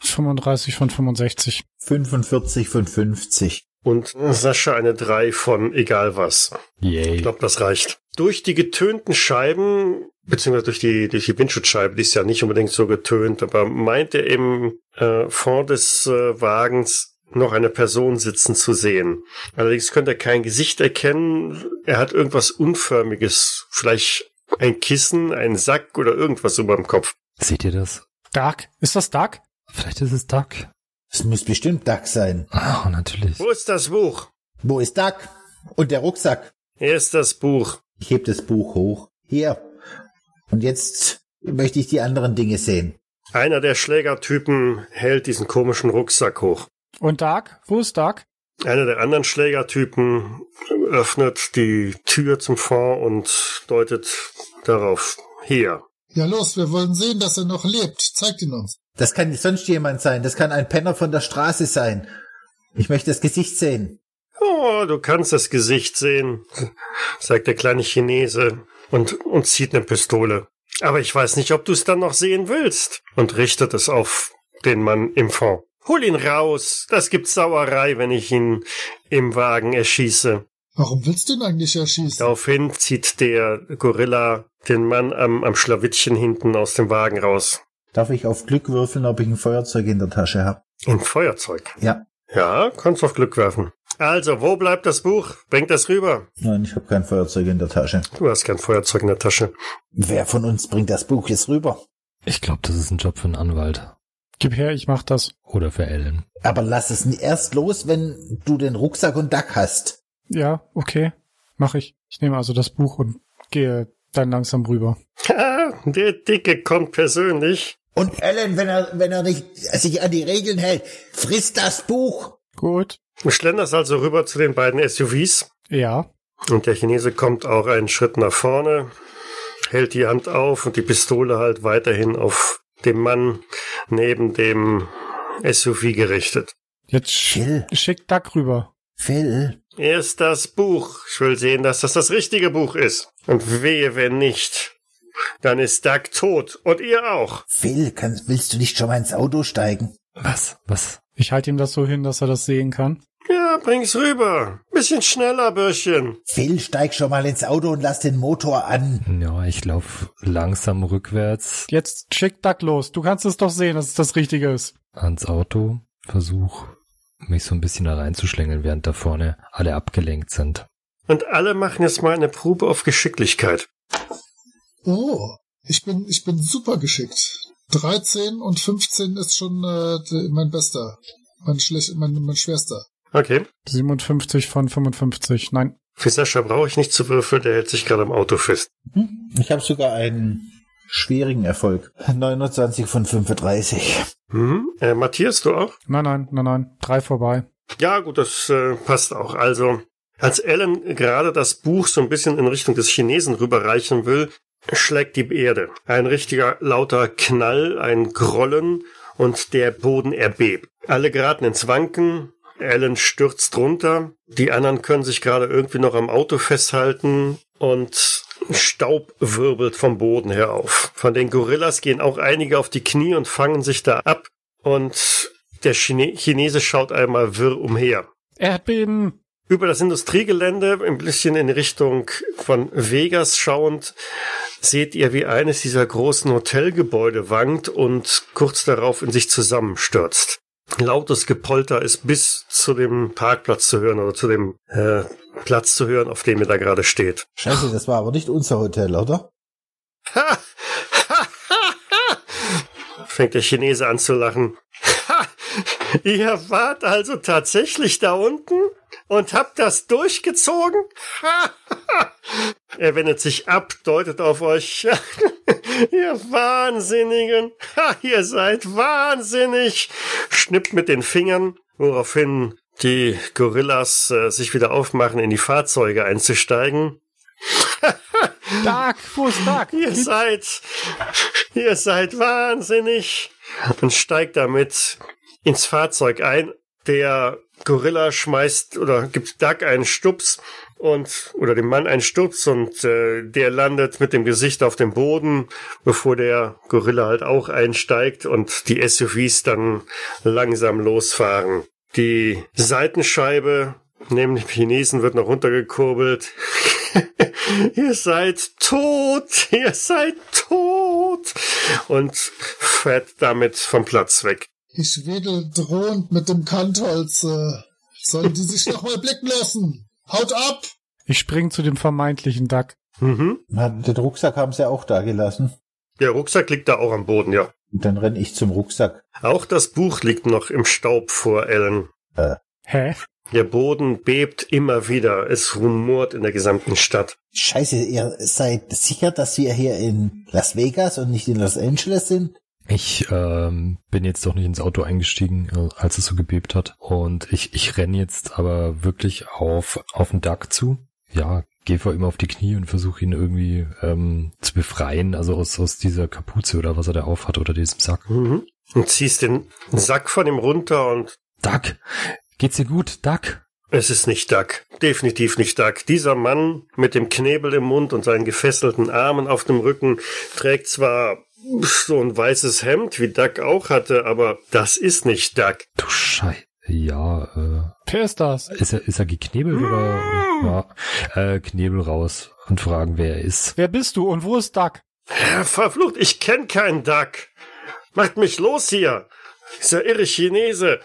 [SPEAKER 5] 35 von 65.
[SPEAKER 4] 45 von 50.
[SPEAKER 1] Und Sascha eine 3 von egal was. Ich
[SPEAKER 2] Yay.
[SPEAKER 1] glaube, das reicht. Durch die getönten Scheiben, beziehungsweise durch die, durch die Windschutzscheibe, die ist ja nicht unbedingt so getönt, aber meint er im äh, Fond des äh, Wagens noch eine Person sitzen zu sehen. Allerdings könnte er kein Gesicht erkennen. Er hat irgendwas Unförmiges, vielleicht ein Kissen, einen Sack oder irgendwas über dem Kopf.
[SPEAKER 2] Seht ihr das?
[SPEAKER 5] Dark? Ist das Dark?
[SPEAKER 2] Vielleicht ist es Duck.
[SPEAKER 4] Es muss bestimmt Duck sein.
[SPEAKER 2] Ah, natürlich.
[SPEAKER 1] Wo ist das Buch?
[SPEAKER 4] Wo ist Duck? Und der Rucksack.
[SPEAKER 1] Hier ist das Buch.
[SPEAKER 4] Ich heb das Buch hoch. Hier. Und jetzt möchte ich die anderen Dinge sehen.
[SPEAKER 1] Einer der Schlägertypen hält diesen komischen Rucksack hoch.
[SPEAKER 5] Und Dark? Wo ist Dark?
[SPEAKER 1] Einer der anderen Schlägertypen öffnet die Tür zum Fond und deutet darauf. Hier.
[SPEAKER 3] ja los, wir wollen sehen, dass er noch lebt. Zeigt ihn uns.
[SPEAKER 4] Das kann nicht sonst jemand sein. Das kann ein Penner von der Straße sein. Ich möchte das Gesicht sehen.
[SPEAKER 1] Oh, du kannst das Gesicht sehen, sagt der kleine Chinese und, und zieht eine Pistole. Aber ich weiß nicht, ob du es dann noch sehen willst. Und richtet es auf den Mann im Fond. Hol ihn raus. Das gibt Sauerei, wenn ich ihn im Wagen erschieße.
[SPEAKER 3] Warum willst du ihn eigentlich erschießen?
[SPEAKER 1] Daraufhin zieht der Gorilla den Mann am, am Schlawittchen hinten aus dem Wagen raus.
[SPEAKER 4] Darf ich auf Glück würfeln, ob ich ein Feuerzeug in der Tasche habe?
[SPEAKER 1] Ein Feuerzeug.
[SPEAKER 4] Ja.
[SPEAKER 1] Ja, kannst auf Glück werfen. Also, wo bleibt das Buch? Bring das rüber.
[SPEAKER 4] Nein, ich habe kein Feuerzeug in der Tasche.
[SPEAKER 1] Du hast kein Feuerzeug in der Tasche. (laughs)
[SPEAKER 4] Wer von uns bringt das Buch jetzt rüber?
[SPEAKER 2] Ich glaube, das ist ein Job für einen Anwalt.
[SPEAKER 5] Gib her, ich mach das.
[SPEAKER 2] Oder für Ellen.
[SPEAKER 4] Aber lass es erst los, wenn du den Rucksack und Duck hast.
[SPEAKER 5] Ja, okay. Mach ich. Ich nehme also das Buch und gehe dann langsam rüber.
[SPEAKER 1] Ha, der Dicke kommt persönlich.
[SPEAKER 4] Und Alan, wenn er, wenn er nicht sich an die Regeln hält, frisst das Buch.
[SPEAKER 5] Gut.
[SPEAKER 1] Du schlenderst also rüber zu den beiden SUVs.
[SPEAKER 5] Ja.
[SPEAKER 1] Und der Chinese kommt auch einen Schritt nach vorne, hält die Hand auf und die Pistole halt weiterhin auf den Mann neben dem SUV gerichtet.
[SPEAKER 5] Jetzt sch
[SPEAKER 4] Phil,
[SPEAKER 5] schick Duck rüber.
[SPEAKER 4] Phil,
[SPEAKER 1] Hier ist das Buch. Ich will sehen, dass das das richtige Buch ist. Und wehe, wenn nicht. Dann ist Doug tot. Und ihr auch.
[SPEAKER 4] Phil, kannst, willst du nicht schon mal ins Auto steigen?
[SPEAKER 2] Was? Was?
[SPEAKER 5] Ich halte ihm das so hin, dass er das sehen kann.
[SPEAKER 1] Ja, bring's rüber. Bisschen schneller, Bürschchen.
[SPEAKER 4] Phil, steig schon mal ins Auto und lass den Motor an.
[SPEAKER 2] Ja, ich lauf langsam rückwärts
[SPEAKER 5] Jetzt schick Duck los. Du kannst es doch sehen, dass es das Richtige ist.
[SPEAKER 2] ans Auto, versuch mich so ein bisschen da reinzuschlängeln, während da vorne alle abgelenkt sind.
[SPEAKER 1] Und alle machen jetzt mal eine Probe auf Geschicklichkeit.
[SPEAKER 3] Oh, ich bin, ich bin super geschickt. 13 und 15 ist schon äh, d- mein bester. Mein, schlecht, mein, mein schwerster.
[SPEAKER 1] Okay.
[SPEAKER 5] 57 von 55. Nein.
[SPEAKER 1] Für Sascha brauche ich nicht zu würfeln, der hält sich gerade am Auto fest.
[SPEAKER 4] Hm? Ich habe sogar einen schwierigen Erfolg. 29 von 35.
[SPEAKER 1] Hm? Äh, Matthias, du auch?
[SPEAKER 5] Nein, nein, nein, nein. Drei vorbei.
[SPEAKER 1] Ja, gut, das äh, passt auch. Also, als Ellen gerade das Buch so ein bisschen in Richtung des Chinesen rüberreichen will, schlägt die Erde. Ein richtiger lauter Knall, ein Grollen und der Boden erbebt. Alle geraten ins Wanken. Ellen stürzt runter. Die anderen können sich gerade irgendwie noch am Auto festhalten und Staub wirbelt vom Boden her auf. Von den Gorillas gehen auch einige auf die Knie und fangen sich da ab und der Chine Chinese schaut einmal wirr umher.
[SPEAKER 5] Erdbeben!
[SPEAKER 1] Über das Industriegelände, ein bisschen in Richtung von Vegas schauend, seht ihr, wie eines dieser großen Hotelgebäude wankt und kurz darauf in sich zusammenstürzt. Lautes Gepolter ist bis zu dem Parkplatz zu hören oder zu dem äh, Platz zu hören, auf dem ihr da gerade steht.
[SPEAKER 4] Scheiße, das war aber nicht unser Hotel, oder?
[SPEAKER 1] Ha! Ha! Ha! Ha! Fängt der Chinese an zu lachen. Ha! Ihr wart also tatsächlich da unten und habt das durchgezogen? Ha! Ha! Er wendet sich ab, deutet auf euch. Ihr Wahnsinnigen! Ha, ihr seid wahnsinnig! Schnippt mit den Fingern, woraufhin die Gorillas äh, sich wieder aufmachen, in die Fahrzeuge einzusteigen.
[SPEAKER 5] Duck! Wo ist Duck?
[SPEAKER 1] Ihr seid, ihr seid wahnsinnig und steigt damit ins Fahrzeug ein. Der Gorilla schmeißt oder gibt Duck einen Stups und oder dem Mann einen Stups und äh, der landet mit dem Gesicht auf dem Boden, bevor der Gorilla halt auch einsteigt und die SUVs dann langsam losfahren. Die Seitenscheibe neben dem Chinesen wird noch runtergekurbelt. (laughs) ihr seid tot, ihr seid tot und fährt damit vom Platz weg.
[SPEAKER 3] Ich wedel drohend mit dem Kantholz. äh, Sollen die sich noch mal blicken lassen? Haut ab!
[SPEAKER 5] Ich spring zu dem vermeintlichen Duck.
[SPEAKER 1] Mhm.
[SPEAKER 4] Na, Den Rucksack haben sie ja auch da gelassen.
[SPEAKER 1] Der Rucksack liegt da auch am Boden, ja.
[SPEAKER 4] Und dann renne ich zum Rucksack.
[SPEAKER 1] Auch das Buch liegt noch im Staub vor Ellen.
[SPEAKER 4] Äh,
[SPEAKER 5] Hä?
[SPEAKER 1] Der Boden bebt immer wieder. Es rumort in der gesamten Stadt.
[SPEAKER 4] Scheiße, ihr seid sicher, dass wir hier in Las Vegas und nicht in Los Angeles sind?
[SPEAKER 2] Ich ähm, bin jetzt doch nicht ins Auto eingestiegen, äh, als es so gebebt hat. Und ich, ich renne jetzt aber wirklich auf, auf den Duck zu. Ja, gehe vor ihm auf die Knie und versuche ihn irgendwie ähm, zu befreien, also aus, aus dieser Kapuze oder was er da aufhat oder diesem Sack.
[SPEAKER 1] Mhm. Und ziehst den Sack von ihm runter und
[SPEAKER 2] Duck, geht's dir gut, Duck?
[SPEAKER 1] es ist nicht Duck. Definitiv nicht Duck. Dieser Mann mit dem Knebel im Mund und seinen gefesselten Armen auf dem Rücken trägt zwar so ein weißes Hemd, wie Duck auch hatte, aber das ist nicht Duck.
[SPEAKER 2] Du Schei. Ja,
[SPEAKER 5] Wer ist das?
[SPEAKER 2] äh, ist er, ist er geknebelt oder? Ja, äh, Knebel raus und fragen, wer er ist.
[SPEAKER 5] Wer bist du und wo ist Duck?
[SPEAKER 1] Herr Verflucht, ich kenn keinen Duck. Macht mich los hier. Dieser irre Chinese.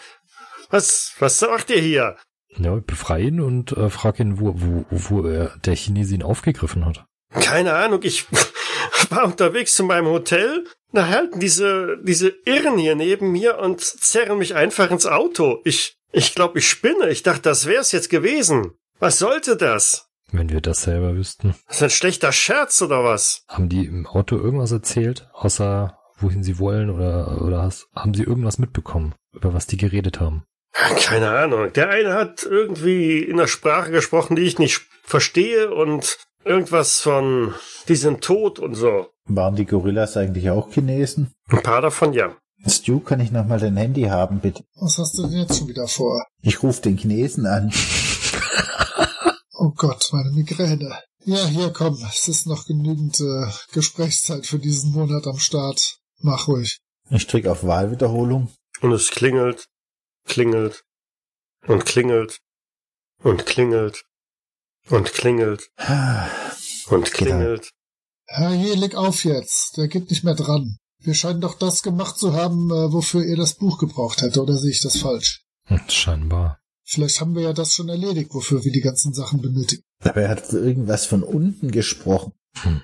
[SPEAKER 1] Was, was macht ihr hier?
[SPEAKER 2] Ja, befreie ihn und äh, frag ihn, wo, wo, wo er, der Chinese ihn aufgegriffen hat.
[SPEAKER 1] Keine Ahnung, ich (laughs) war unterwegs zu meinem Hotel. Da halten diese, diese Irren hier neben mir und zerren mich einfach ins Auto. Ich, ich glaube, ich spinne. Ich dachte, das wär's jetzt gewesen. Was sollte das?
[SPEAKER 2] Wenn wir das selber wüssten.
[SPEAKER 1] Das ist ein schlechter Scherz oder was?
[SPEAKER 2] Haben die im Auto irgendwas erzählt, außer wohin sie wollen oder, oder hast, haben sie irgendwas mitbekommen, über was die geredet haben?
[SPEAKER 1] Keine Ahnung. Der eine hat irgendwie in einer Sprache gesprochen, die ich nicht verstehe und irgendwas von, die sind tot und so.
[SPEAKER 4] Waren die Gorillas eigentlich auch Chinesen?
[SPEAKER 1] Ein paar davon ja.
[SPEAKER 4] Stu, kann ich nochmal dein Handy haben, bitte?
[SPEAKER 3] Was hast du denn jetzt schon wieder vor?
[SPEAKER 4] Ich rufe den Chinesen an.
[SPEAKER 3] Oh Gott, meine Migräne. Ja, hier, komm. Es ist noch genügend äh, Gesprächszeit für diesen Monat am Start. Mach ruhig.
[SPEAKER 4] Ich drücke auf Wahlwiederholung.
[SPEAKER 1] Und es klingelt, klingelt und klingelt und klingelt und klingelt und klingelt.
[SPEAKER 3] Herr hier, leg auf jetzt. Der geht nicht mehr dran. Wir scheinen doch das gemacht zu haben, äh, wofür ihr das Buch gebraucht hätte, oder sehe ich das falsch?
[SPEAKER 2] Hm, Scheinbar.
[SPEAKER 3] Vielleicht haben wir ja das schon erledigt, wofür wir die ganzen Sachen benötigen.
[SPEAKER 4] Dabei hat irgendwas von unten gesprochen.
[SPEAKER 2] Hm.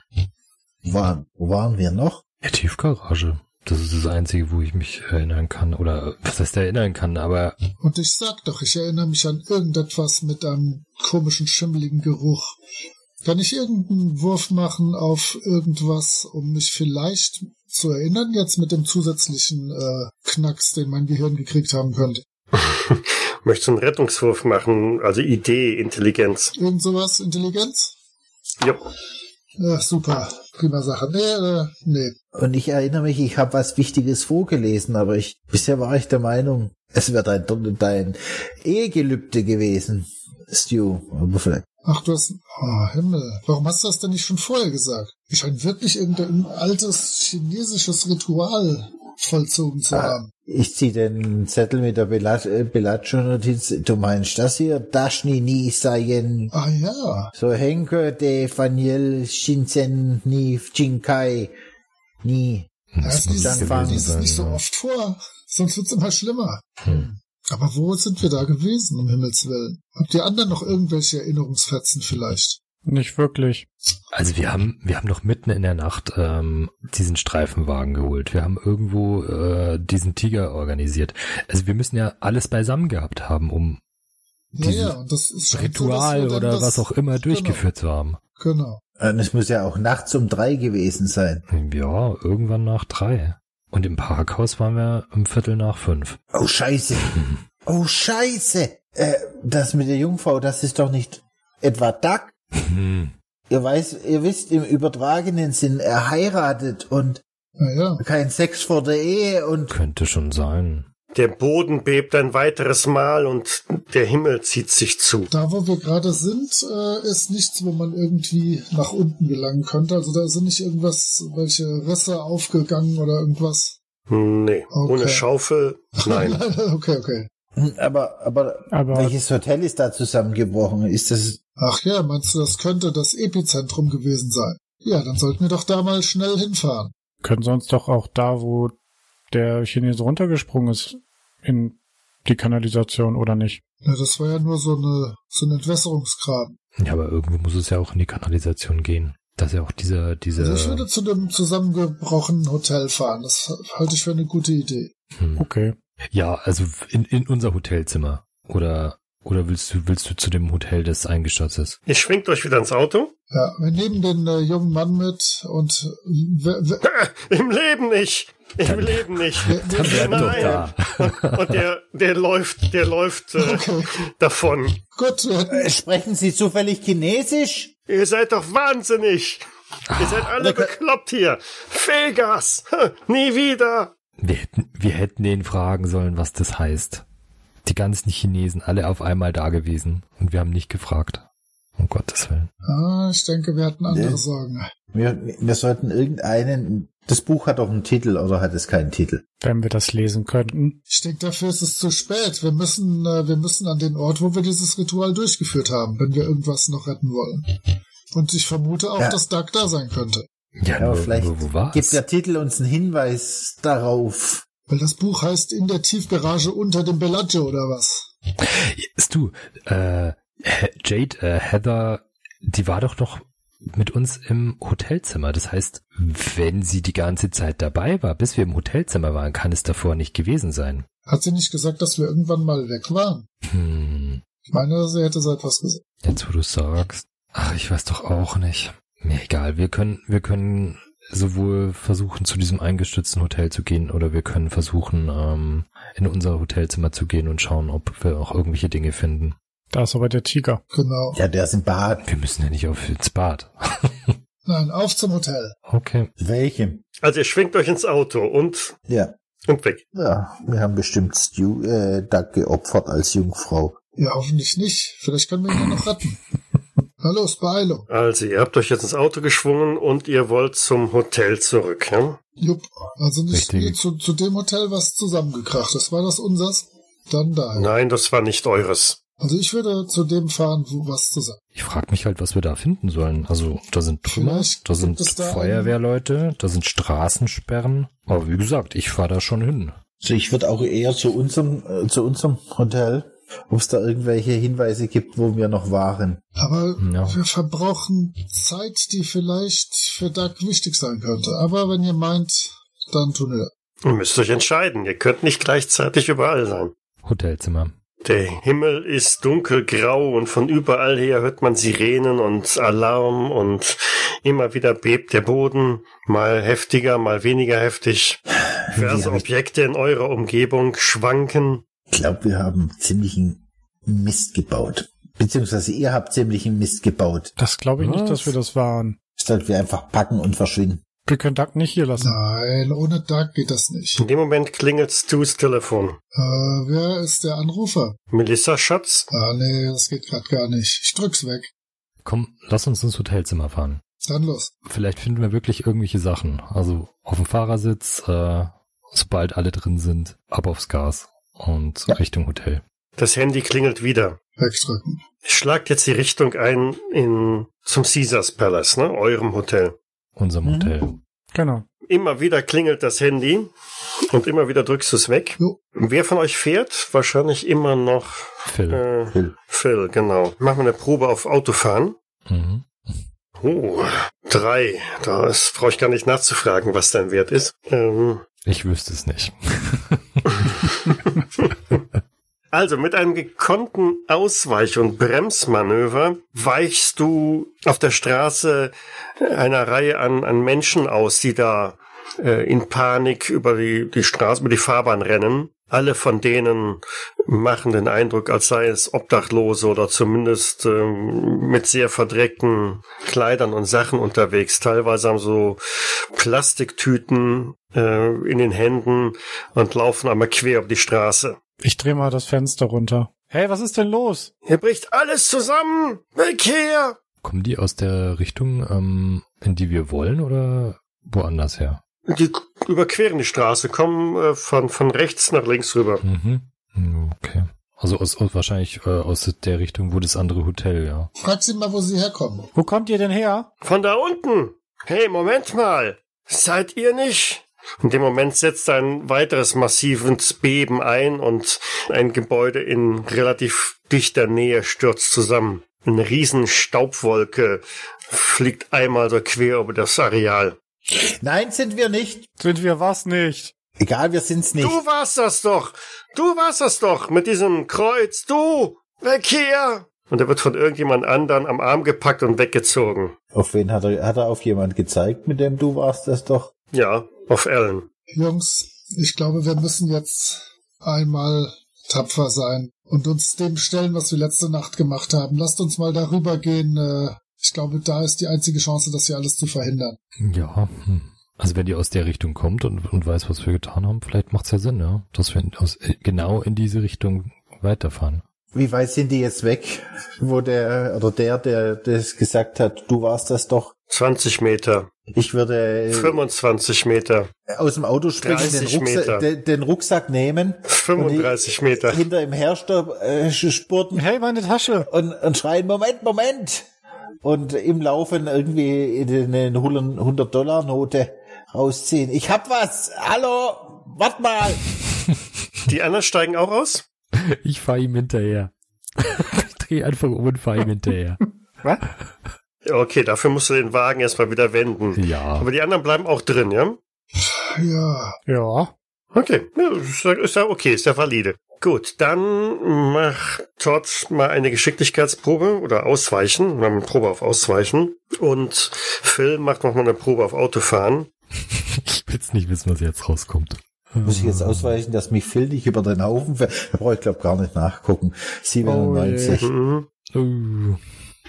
[SPEAKER 4] Wo waren, wo waren wir noch?
[SPEAKER 2] Ja, Tiefgarage. Das ist das Einzige, wo ich mich erinnern kann. Oder was heißt erinnern kann, aber
[SPEAKER 3] Und ich sag doch, ich erinnere mich an irgendetwas mit einem komischen, schimmeligen Geruch. Kann ich irgendeinen Wurf machen auf irgendwas, um mich vielleicht zu erinnern, jetzt mit dem zusätzlichen äh, Knacks, den mein Gehirn gekriegt haben könnte?
[SPEAKER 1] Möchtest du einen Rettungswurf machen? Also Idee, Intelligenz.
[SPEAKER 3] Irgend sowas, Intelligenz?
[SPEAKER 1] Ja.
[SPEAKER 3] Ja, super, prima Sache. Nee, äh, nee.
[SPEAKER 4] Und ich erinnere mich, ich habe was Wichtiges vorgelesen, aber ich bisher war ich der Meinung, es wäre dein, dein Ehegelübde gewesen, Stu. Aber vielleicht.
[SPEAKER 3] Ach, du hast... Oh, Himmel. Warum hast du das denn nicht schon vorher gesagt? Ich scheint wirklich irgendein altes chinesisches Ritual vollzogen zu haben.
[SPEAKER 4] Ich ziehe den Zettel mit der Belat- äh, Belatscho-Notiz. Du meinst das hier? Dashni ni sayen.
[SPEAKER 3] Ah ja,
[SPEAKER 4] So henke de faniel shinsen ni jinkai ni.
[SPEAKER 3] Das
[SPEAKER 2] muss
[SPEAKER 3] liest,
[SPEAKER 4] dann
[SPEAKER 3] das
[SPEAKER 4] fahren
[SPEAKER 3] liest
[SPEAKER 2] sein,
[SPEAKER 3] nicht so
[SPEAKER 2] ja.
[SPEAKER 3] oft vor, sonst wird's immer schlimmer.
[SPEAKER 2] Hm.
[SPEAKER 3] Aber wo sind wir da gewesen, um Himmels Willen? Habt ihr anderen noch irgendwelche Erinnerungsfetzen vielleicht?
[SPEAKER 5] Nicht wirklich.
[SPEAKER 2] Also wir haben, wir haben noch mitten in der Nacht ähm, diesen Streifenwagen geholt. Wir haben irgendwo äh, diesen Tiger organisiert. Also wir müssen ja alles beisammen gehabt haben, um
[SPEAKER 3] Ja,
[SPEAKER 2] Dieses
[SPEAKER 3] ja, und das ist scheint so, dass
[SPEAKER 2] Ritual
[SPEAKER 3] wir dann
[SPEAKER 2] oder
[SPEAKER 3] das-
[SPEAKER 2] was auch immer durchgeführt zu haben.
[SPEAKER 3] Genau.
[SPEAKER 4] Äh, Und es muss ja auch nachts um drei gewesen sein.
[SPEAKER 2] Ja, irgendwann nach drei. Und im Parkhaus waren wir um Viertel nach fünf.
[SPEAKER 4] Oh Scheiße. Oh Scheiße. Äh, das mit der Jungfrau, das ist doch nicht etwa Duck.
[SPEAKER 2] Hm.
[SPEAKER 4] Ihr weiß, ihr wisst im übertragenen Sinn, er heiratet und
[SPEAKER 3] Naja,
[SPEAKER 4] kein Sex vor der Ehe und
[SPEAKER 2] Könnte schon sein.
[SPEAKER 1] Der Boden bebt ein weiteres Mal und der Himmel zieht sich zu.
[SPEAKER 3] Da, wo wir gerade sind, äh, ist nichts, wo man irgendwie nach unten gelangen könnte. Also da sind nicht irgendwas, welche Risse aufgegangen oder irgendwas. (laughs)
[SPEAKER 1] Nee, ohne
[SPEAKER 3] Okay.
[SPEAKER 1] Schaufel, nein.
[SPEAKER 3] (laughs) okay, okay.
[SPEAKER 4] Hm, Aber, aber,
[SPEAKER 5] Aber-
[SPEAKER 4] welches Hotel ist da zusammengebrochen? Ist das
[SPEAKER 3] Ach ja, meinst du, das könnte das Epizentrum gewesen sein? Ja, dann sollten wir doch da mal schnell hinfahren.
[SPEAKER 5] Können sonst doch auch da, wo der Chinese runtergesprungen ist, in die Kanalisation oder nicht?
[SPEAKER 3] Ja, das war ja nur so eine so ein Entwässerungsgraben.
[SPEAKER 2] Ja, aber irgendwo muss es ja auch in die Kanalisation gehen. Dass ja auch dieser,
[SPEAKER 3] Also ich
[SPEAKER 2] dieser.
[SPEAKER 3] würde zu dem zusammengebrochenen Hotel fahren. Das halte ich für eine gute Idee.
[SPEAKER 2] Hm.
[SPEAKER 5] Okay.
[SPEAKER 2] Ja, also in, in unser Hotelzimmer. Oder, oder willst du, willst du zu dem Hotel, das eingestürzt ist?
[SPEAKER 1] Ihr schwingt euch wieder ins Auto?
[SPEAKER 3] Ja, wir nehmen den äh, jungen Mann mit und wir, wir,
[SPEAKER 1] Im Leben nicht! Im
[SPEAKER 2] Dann-
[SPEAKER 1] Leben nicht!
[SPEAKER 2] (laughs) Dann bleib doch da.
[SPEAKER 1] Und, und der, der läuft, der läuft
[SPEAKER 2] (laughs)
[SPEAKER 1] äh,
[SPEAKER 3] okay,
[SPEAKER 1] davon.
[SPEAKER 3] gut, wir hätten
[SPEAKER 4] Äh, Sprechen Sie zufällig Chinesisch?
[SPEAKER 1] Ihr seid doch wahnsinnig! Ihr seid
[SPEAKER 2] Ah,
[SPEAKER 1] alle bekloppt hier! Fehlgas! Nie wieder!
[SPEAKER 2] Wir hätten, wir hätten den fragen sollen, was das heißt. Die ganzen Chinesen alle auf einmal da gewesen und wir haben nicht gefragt. Um Gottes Willen.
[SPEAKER 3] Ah, ich denke, wir hatten andere
[SPEAKER 4] Nee.
[SPEAKER 3] Sorgen.
[SPEAKER 4] Wir, wir sollten irgendeinen. Das Buch hat doch einen Titel oder hat es keinen Titel?
[SPEAKER 5] Wenn wir das lesen könnten.
[SPEAKER 3] Ich denke, dafür ist es zu spät. Wir müssen, äh, wir müssen an den Ort, wo wir dieses Ritual durchgeführt haben, wenn wir irgendwas noch retten wollen. Und ich vermute auch,
[SPEAKER 4] Ja.
[SPEAKER 3] dass Doug da sein könnte.
[SPEAKER 2] Ja,
[SPEAKER 4] aber
[SPEAKER 2] nur,
[SPEAKER 4] vielleicht
[SPEAKER 2] nur wo war's?
[SPEAKER 4] Gibt der Titel uns einen Hinweis darauf?
[SPEAKER 3] Weil das Buch heißt In der Tiefgarage unter dem Bellagio oder was?
[SPEAKER 2] Ist du, äh, (laughs) He- Jade, äh, Heather, die war doch noch mit uns im Hotelzimmer. Das heißt, wenn sie die ganze Zeit dabei war, bis wir im Hotelzimmer waren, kann es davor nicht gewesen sein.
[SPEAKER 3] Hat sie nicht gesagt, dass wir irgendwann mal weg waren?
[SPEAKER 2] Hm,
[SPEAKER 3] Ich meine, sie hätte seit was gesagt.
[SPEAKER 2] jetzt wo du sagst. Ach, ich weiß doch auch nicht. Mir egal, wir können, wir können sowohl versuchen, zu diesem eingestützten Hotel zu gehen, oder wir können versuchen, ähm, in unser Hotelzimmer zu gehen und schauen, ob wir auch irgendwelche Dinge finden.
[SPEAKER 5] Da ist aber der Tiger.
[SPEAKER 3] Genau.
[SPEAKER 4] Ja, der ist im Bad.
[SPEAKER 2] Wir müssen ja nicht auf ins Bad.
[SPEAKER 3] Nein, auf zum Hotel.
[SPEAKER 2] Okay.
[SPEAKER 4] Welchem?
[SPEAKER 1] Also ihr schwingt euch ins Auto und,
[SPEAKER 4] Ja.
[SPEAKER 1] und weg.
[SPEAKER 4] Ja, wir haben bestimmt Stu, äh, Doug geopfert als Jungfrau.
[SPEAKER 3] Ja, hoffentlich nicht. Vielleicht können wir ihn ja noch retten. Na los, Beeilung.
[SPEAKER 1] Also ihr habt euch jetzt ins Auto geschwungen und ihr wollt zum Hotel zurück, ja?
[SPEAKER 3] Jupp. Also nicht
[SPEAKER 2] Richtig.
[SPEAKER 3] hier zu, zu dem Hotel, was zusammengekracht ist. War das unsers? Dann dahin.
[SPEAKER 1] Nein, das war nicht eures.
[SPEAKER 3] Also ich würde zu dem fahren, wo was zu sagen.
[SPEAKER 2] Ich frage mich halt, was wir da finden sollen. Also, da sind Trümmer,
[SPEAKER 3] Vielleicht
[SPEAKER 2] da sind
[SPEAKER 3] gibt es da einen-
[SPEAKER 2] Feuerwehrleute, da sind Straßensperren. Aber wie gesagt, ich fahre da schon hin.
[SPEAKER 4] So, Also ich würde auch eher zu unserem, äh, zu unserem Hotel, ob es da irgendwelche Hinweise gibt, wo wir noch waren.
[SPEAKER 3] Aber
[SPEAKER 2] Ja.
[SPEAKER 3] wir verbrauchen Zeit, die vielleicht für Doug wichtig sein könnte. Aber wenn ihr meint, dann tun wir.
[SPEAKER 1] Ihr müsst euch entscheiden. Ihr könnt nicht gleichzeitig überall sein.
[SPEAKER 2] Hotelzimmer.
[SPEAKER 1] Der Himmel ist dunkelgrau und von überall her hört man Sirenen und Alarm und immer wieder bebt der Boden, mal heftiger, mal weniger heftig. Diverse
[SPEAKER 4] hab ich-
[SPEAKER 1] Objekte in eurer Umgebung schwanken.
[SPEAKER 4] Ich glaube, wir haben ziemlichen Mist gebaut. Beziehungsweise ihr habt ziemlichen Mist gebaut.
[SPEAKER 5] Das glaube ich
[SPEAKER 2] Was?
[SPEAKER 5] nicht, dass wir das waren.
[SPEAKER 4] Statt wir einfach packen und verschwinden.
[SPEAKER 5] Wir können Duck nicht hier lassen.
[SPEAKER 3] Nein, ohne Doug geht das nicht.
[SPEAKER 1] In dem Moment klingelt Stu's Telefon.
[SPEAKER 3] Äh, wer ist der Anrufer?
[SPEAKER 1] Melissa Schatz?
[SPEAKER 3] Ah, nee, das geht gerade gar nicht. Ich drück's weg.
[SPEAKER 2] Komm, lass uns ins Hotelzimmer fahren.
[SPEAKER 3] Dann los.
[SPEAKER 2] Vielleicht finden wir wirklich irgendwelche Sachen. Also auf dem Fahrersitz, äh, sobald alle drin sind, ab aufs Gas und Richtung Hotel.
[SPEAKER 1] Das Handy klingelt wieder.
[SPEAKER 3] Wegdrücken.
[SPEAKER 1] Ich schlagt jetzt die Richtung ein in, zum Caesars Palace, ne? Eurem Hotel.
[SPEAKER 2] Unserem
[SPEAKER 4] Mhm.
[SPEAKER 2] Hotel.
[SPEAKER 5] Genau.
[SPEAKER 1] Immer wieder klingelt das Handy und immer wieder drückst du es weg.
[SPEAKER 3] Jo.
[SPEAKER 1] Wer von euch fährt? Wahrscheinlich immer noch
[SPEAKER 2] Phil.
[SPEAKER 1] äh,
[SPEAKER 4] Phil.
[SPEAKER 1] Phil, genau. Machen wir eine Probe auf Autofahren.
[SPEAKER 2] Mhm.
[SPEAKER 1] Oh, drei. Da ist- brauche ich gar nicht nachzufragen, was dein Wert ist. Ähm,
[SPEAKER 2] Ich wüsste es nicht.
[SPEAKER 1] Also mit einem gekonnten Ausweich- und Bremsmanöver weichst du auf der Straße einer Reihe an, an Menschen aus, die da äh, in Panik über die, die Straße, über die Fahrbahn rennen. Alle von denen machen den Eindruck, als sei es Obdachlose oder zumindest ähm, mit sehr verdreckten Kleidern und Sachen unterwegs. Teilweise haben so Plastiktüten äh, in den Händen und laufen einmal quer über die Straße.
[SPEAKER 5] Ich drehe mal das Fenster runter. Hey, was ist denn los?
[SPEAKER 1] Hier bricht alles zusammen! Weg her!
[SPEAKER 2] Kommen die aus der Richtung, ähm, in die wir wollen oder woanders her?
[SPEAKER 1] Die k- überqueren die Straße, kommen äh, von, von rechts nach links rüber.
[SPEAKER 2] Mhm. Okay. Also aus, aus wahrscheinlich äh, aus der Richtung, wo das andere Hotel, ja.
[SPEAKER 3] Frag sie mal, wo sie herkommen.
[SPEAKER 5] Wo kommt ihr denn her?
[SPEAKER 1] Von da unten! Hey, Moment mal! Seid ihr nicht? In dem Moment setzt ein weiteres massives Beben ein und ein Gebäude in relativ dichter Nähe stürzt zusammen. Eine riesen Staubwolke fliegt einmal so quer über das Areal.
[SPEAKER 4] Nein, sind wir nicht.
[SPEAKER 5] Sind wir was nicht?
[SPEAKER 4] Egal, wir sind's nicht.
[SPEAKER 1] Du warst das doch! Du warst das doch! Mit diesem Kreuz! Du! Weg hier! Und er wird von irgendjemand anderen am Arm gepackt und weggezogen.
[SPEAKER 4] Auf wen hat er, hat er auf jemand gezeigt, mit dem du warst das doch?
[SPEAKER 1] Ja, auf Ellen.
[SPEAKER 3] Jungs, ich glaube, wir müssen jetzt einmal tapfer sein und uns dem stellen, was wir letzte Nacht gemacht haben. Lasst uns mal darüber gehen. äh, Ich glaube, da ist die einzige Chance, das hier alles zu verhindern.
[SPEAKER 2] Ja. hm. Also wenn die aus der Richtung kommt und, und weiß, was wir getan haben, vielleicht macht's ja Sinn, ja, dass wir in- aus, äh, genau in diese Richtung weiterfahren.
[SPEAKER 4] Wie weit sind die jetzt weg, (laughs) wo der oder der, der das gesagt hat, du warst das doch?
[SPEAKER 1] 20 Meter,
[SPEAKER 4] Ich würde äh,
[SPEAKER 1] 25 Meter,
[SPEAKER 4] aus dem Auto springen, den
[SPEAKER 1] 30 Meter.
[SPEAKER 4] Rucksack, den, den Rucksack nehmen,
[SPEAKER 1] 35 Meter.
[SPEAKER 4] hinter ihm herstopp, äh, sch- spurten
[SPEAKER 5] Hey, meine Tasche.
[SPEAKER 4] und, und schreien, Moment, Moment! Und im Laufen irgendwie in eine 100-Dollar-Note rausziehen. Ich hab was! Hallo! Wart mal!
[SPEAKER 1] Die anderen steigen auch aus?
[SPEAKER 2] Ich fahre ihm hinterher. ich drehe einfach um und fahre ihm hinterher.
[SPEAKER 1] Ja, Okay, dafür musst du den Wagen erstmal wieder wenden.
[SPEAKER 2] (laughs) Ja.
[SPEAKER 1] Aber die anderen bleiben auch drin, ja?
[SPEAKER 3] Ja,
[SPEAKER 5] Ja.
[SPEAKER 1] Okay, ja, ist ja, ist ja okay, ist ja valide. Gut, dann macht Todd mal eine Geschicklichkeitsprobe oder Ausweichen. Wir haben eine Probe auf Ausweichen. Und Phil macht nochmal eine Probe auf Autofahren.
[SPEAKER 2] Ich will's nicht wissen, was jetzt rauskommt.
[SPEAKER 4] Muss ich jetzt ausweichen, dass mich Phil nicht über den Haufen fährt? Da brauche ich, glaube gar nicht nachgucken. 97.
[SPEAKER 1] Mhm.
[SPEAKER 2] Oh,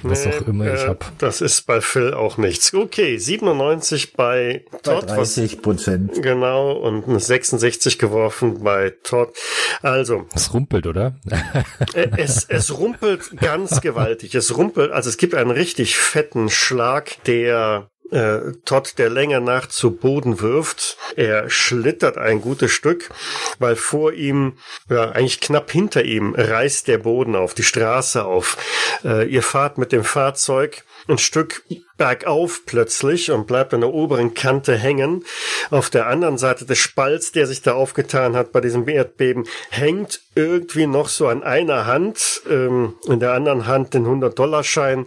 [SPEAKER 2] was
[SPEAKER 1] Nee,
[SPEAKER 2] auch immer ich
[SPEAKER 1] äh,
[SPEAKER 2] hab.
[SPEAKER 1] Das ist bei Phil auch nichts. Okay, 97 bei
[SPEAKER 4] Bei
[SPEAKER 1] Todd. was-
[SPEAKER 4] 30 Prozent.
[SPEAKER 1] Genau, und eine 66 geworfen bei Todd. Also,
[SPEAKER 2] Es rumpelt, oder? (laughs)
[SPEAKER 1] Äh, es, es rumpelt ganz gewaltig. Es rumpelt, also es gibt einen richtig fetten Schlag, der äh, Todd der Länge nach zu Boden wirft. Er schlittert ein gutes Stück, weil vor ihm, ja, eigentlich knapp hinter ihm, reißt der Boden auf, die Straße auf. Äh, ihr fahrt mit dem Fahrzeug ein Stück bergauf plötzlich und bleibt an der oberen Kante hängen. Auf der anderen Seite des Spalts, der sich da aufgetan hat bei diesem Erdbeben, hängt irgendwie noch so an einer Hand, ähm, in der anderen Hand den 100-Dollar-Schein,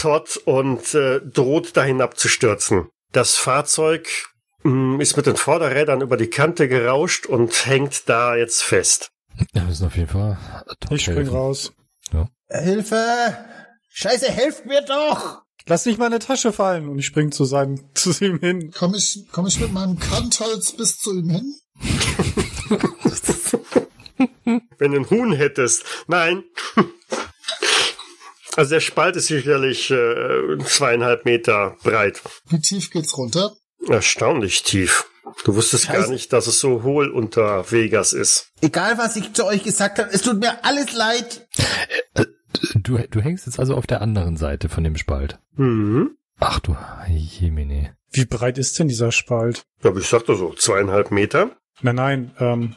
[SPEAKER 1] Todd und äh, droht da hinabzustürzen. Das Fahrzeug mh, ist mit den Vorderrädern über die Kante gerauscht und hängt da jetzt fest.
[SPEAKER 2] Wir müssen auf jeden Fall top
[SPEAKER 5] Ich spring
[SPEAKER 2] helfen.
[SPEAKER 5] raus.
[SPEAKER 4] Hilfe! Scheiße, helft mir doch!
[SPEAKER 5] Lass nicht meine Tasche fallen. Und ich spring zu seinem, (laughs) zu ihm hin.
[SPEAKER 3] komm ich, komm ich mit meinem Kantholz bis zu ihm hin?
[SPEAKER 1] Wenn du ein Huhn hättest. Nein. (laughs) Also der Spalt ist sicherlich äh, zweieinhalb Meter breit.
[SPEAKER 3] Wie tief geht's runter?
[SPEAKER 1] Erstaunlich tief. Du wusstest gar
[SPEAKER 4] Scheiße.
[SPEAKER 1] nicht, dass es so hohl unter Vegas ist.
[SPEAKER 4] Egal, was ich zu euch gesagt habe, es tut mir alles leid.
[SPEAKER 2] Du, du hängst jetzt also auf der anderen Seite von dem Spalt.
[SPEAKER 1] Mhm.
[SPEAKER 2] Ach du Jemine.
[SPEAKER 5] Wie breit ist denn dieser Spalt?
[SPEAKER 1] Ja, aber ich sagte so, zweieinhalb Meter.
[SPEAKER 5] Nein, nein. Ähm,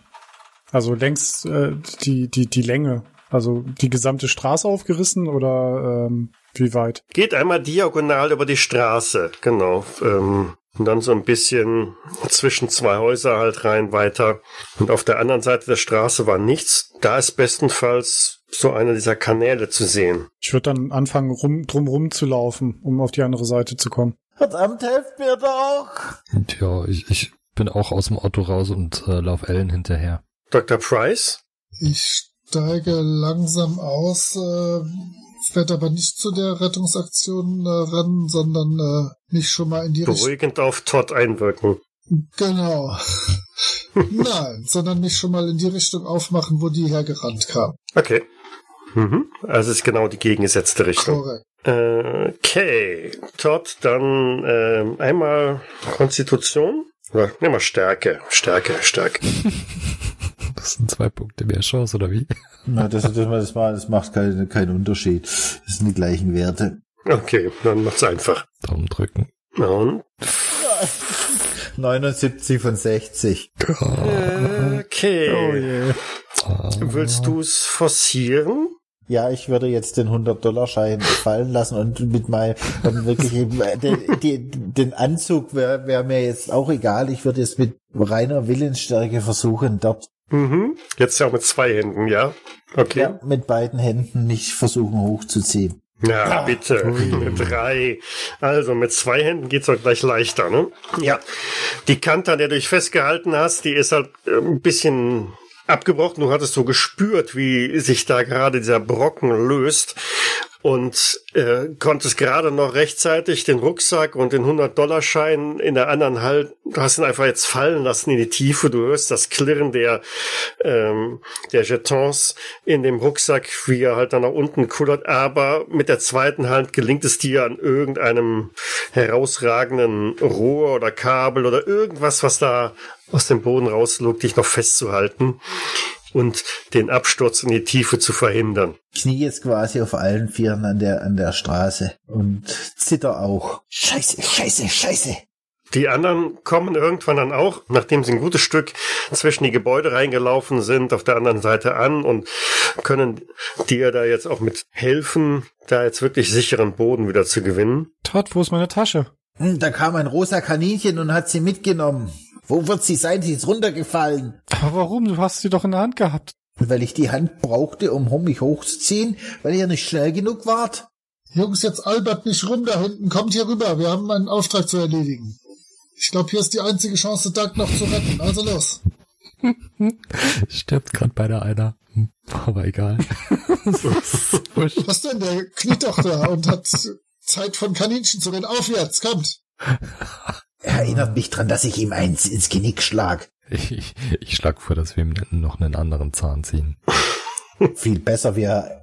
[SPEAKER 5] also längs äh, die, die, die Länge. Also die gesamte Straße aufgerissen oder ähm, wie weit?
[SPEAKER 1] Geht einmal diagonal über die Straße. Genau. Ähm, und dann so ein bisschen zwischen zwei Häuser halt rein weiter. Und auf der anderen Seite der Straße war nichts. Da ist bestenfalls so einer dieser Kanäle zu sehen.
[SPEAKER 5] Ich würde dann anfangen, rum, drumrum zu laufen, um auf die andere Seite zu kommen.
[SPEAKER 4] Verdammt, helft mir doch!
[SPEAKER 2] Und ja, ich, ich bin auch aus dem Auto raus und äh, lauf Ellen hinterher.
[SPEAKER 1] Dr. Price?
[SPEAKER 3] Ich steige langsam aus, äh, werde aber nicht zu der Rettungsaktion äh, ran, sondern äh, mich schon mal in die Richtung.
[SPEAKER 1] Beruhigend auf Todd einwirken.
[SPEAKER 3] Genau. Nein, sondern mich schon mal in die Richtung aufmachen, wo die hergerannt kam.
[SPEAKER 1] Okay. Mhm. Also es ist genau die gegengesetzte Richtung.
[SPEAKER 3] Korrekt.
[SPEAKER 1] Äh, Okay. Todd, dann ähm, einmal Konstitution. Oder nimm mal Stärke. Stärke, Stärke.
[SPEAKER 2] Das sind zwei Punkte mehr Chance, oder wie? (laughs)
[SPEAKER 4] Na, das, das, das, war- das macht keinen keinen Unterschied. Das sind die gleichen Werte.
[SPEAKER 1] Okay, dann macht's einfach.
[SPEAKER 2] Daumen drücken.
[SPEAKER 1] Und
[SPEAKER 4] 79 von 60.
[SPEAKER 1] okay.
[SPEAKER 5] yeah.
[SPEAKER 2] Ah.
[SPEAKER 1] Willst du es forcieren?
[SPEAKER 4] Ja, ich würde jetzt den 100-Dollar-Schein fallen lassen und mit meinem, dann wirklich eben, äh, den, den, den Anzug wäre wär mir jetzt auch egal. Ich würde jetzt mit reiner Willensstärke versuchen, dort
[SPEAKER 1] Mhm. Jetzt ja auch mit zwei Händen, ja? Okay.
[SPEAKER 4] ja, mit beiden Händen nicht versuchen hochzuziehen.
[SPEAKER 1] Na, bitte. Mit (laughs) drei. Also, mit zwei Händen geht's auch gleich leichter, ne? Ja. Die Kante, an der du dich festgehalten hast, die ist halt äh, ein bisschen abgebrochen. Du hattest so gespürt, wie sich da gerade dieser Brocken löst. Und äh, konntest gerade noch rechtzeitig den Rucksack und den 100-Dollar-Schein in der anderen Hand, du hast ihn einfach jetzt fallen lassen in die Tiefe. Du hörst das Klirren der, ähm, der Jetons in dem Rucksack, wie er halt dann nach unten kullert. Aber mit der zweiten Hand gelingt es dir an irgendeinem herausragenden Rohr oder Kabel oder irgendwas, was da aus dem Boden rauslugt, dich noch festzuhalten und den Absturz in die Tiefe zu verhindern.
[SPEAKER 4] Ich knie jetzt quasi auf allen Vieren an der, an der Straße und zitter auch. Scheiße, scheiße, scheiße.
[SPEAKER 1] Die anderen kommen irgendwann dann auch, nachdem sie ein gutes Stück zwischen die Gebäude reingelaufen sind, auf der anderen Seite an und können dir da jetzt auch mit helfen, da jetzt wirklich sicheren Boden wieder zu gewinnen.
[SPEAKER 5] Todd, wo ist meine Tasche?
[SPEAKER 4] Hm, Da kam ein rosa Kaninchen und hat sie mitgenommen. Wo wird sie sein? Sie ist runtergefallen.
[SPEAKER 5] Aber Ah, warum? Du hast sie doch in der Hand gehabt.
[SPEAKER 4] Weil ich die Hand brauchte, um mich hochzuziehen, weil ihr nicht schnell genug wart.
[SPEAKER 3] Jungs, jetzt albert nicht rum da hinten. Kommt hier rüber. Wir haben einen Auftrag zu erledigen. Ich glaube, hier ist die einzige Chance, Doug noch zu retten. Also los.
[SPEAKER 2] Stirbt gerade beinahe einer. Hm, Aber egal. Das ist wurscht.
[SPEAKER 3] Was denn? Der kniet doch da und hat Zeit von Kaninchen zu rennen. Auf jetzt, kommt.
[SPEAKER 4] Er erinnert mich dran, dass ich ihm eins ins Genick schlag.
[SPEAKER 2] ich, (laughs) ich, ich schlag vor, dass wir ihm noch einen anderen Zahn ziehen.
[SPEAKER 4] Viel besser, wir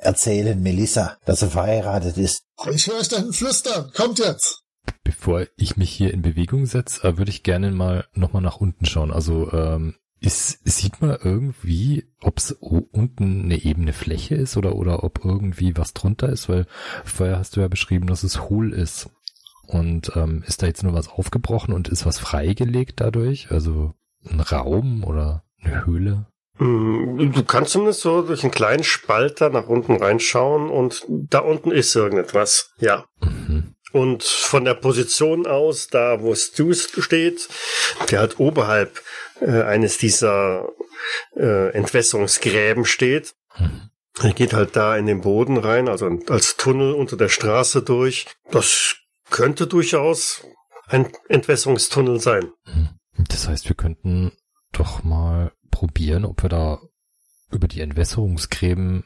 [SPEAKER 4] erzählen Melissa, dass er verheiratet ist.
[SPEAKER 3] Ich höre euch da hinten flüstern. Kommt jetzt.
[SPEAKER 2] Bevor ich mich hier in Bewegung setze, äh, würde ich gerne mal nochmal nach unten schauen. Also ähm, ist, sieht man irgendwie, ob es unten eine ebene Fläche ist oder, oder ob irgendwie was drunter ist, weil vorher hast du ja beschrieben, dass es hohl ist. Und ähm, ist da jetzt nur was aufgebrochen und ist was freigelegt dadurch? Also ein Raum oder eine Höhle?
[SPEAKER 1] Mm, Du kannst zumindest so durch einen kleinen Spalter nach unten reinschauen und da unten ist irgendetwas. Ja.
[SPEAKER 2] Mhm.
[SPEAKER 1] Und von der Position aus, da wo Stu steht, der halt oberhalb äh, eines dieser äh, Entwässerungsgräben steht.
[SPEAKER 2] Mhm.
[SPEAKER 1] Er geht halt da in den Boden rein, also in- als Tunnel unter der Straße durch. Das könnte durchaus ein Entwässerungstunnel sein.
[SPEAKER 2] Das heißt, wir könnten doch mal probieren, ob wir da über die Entwässerungsgräben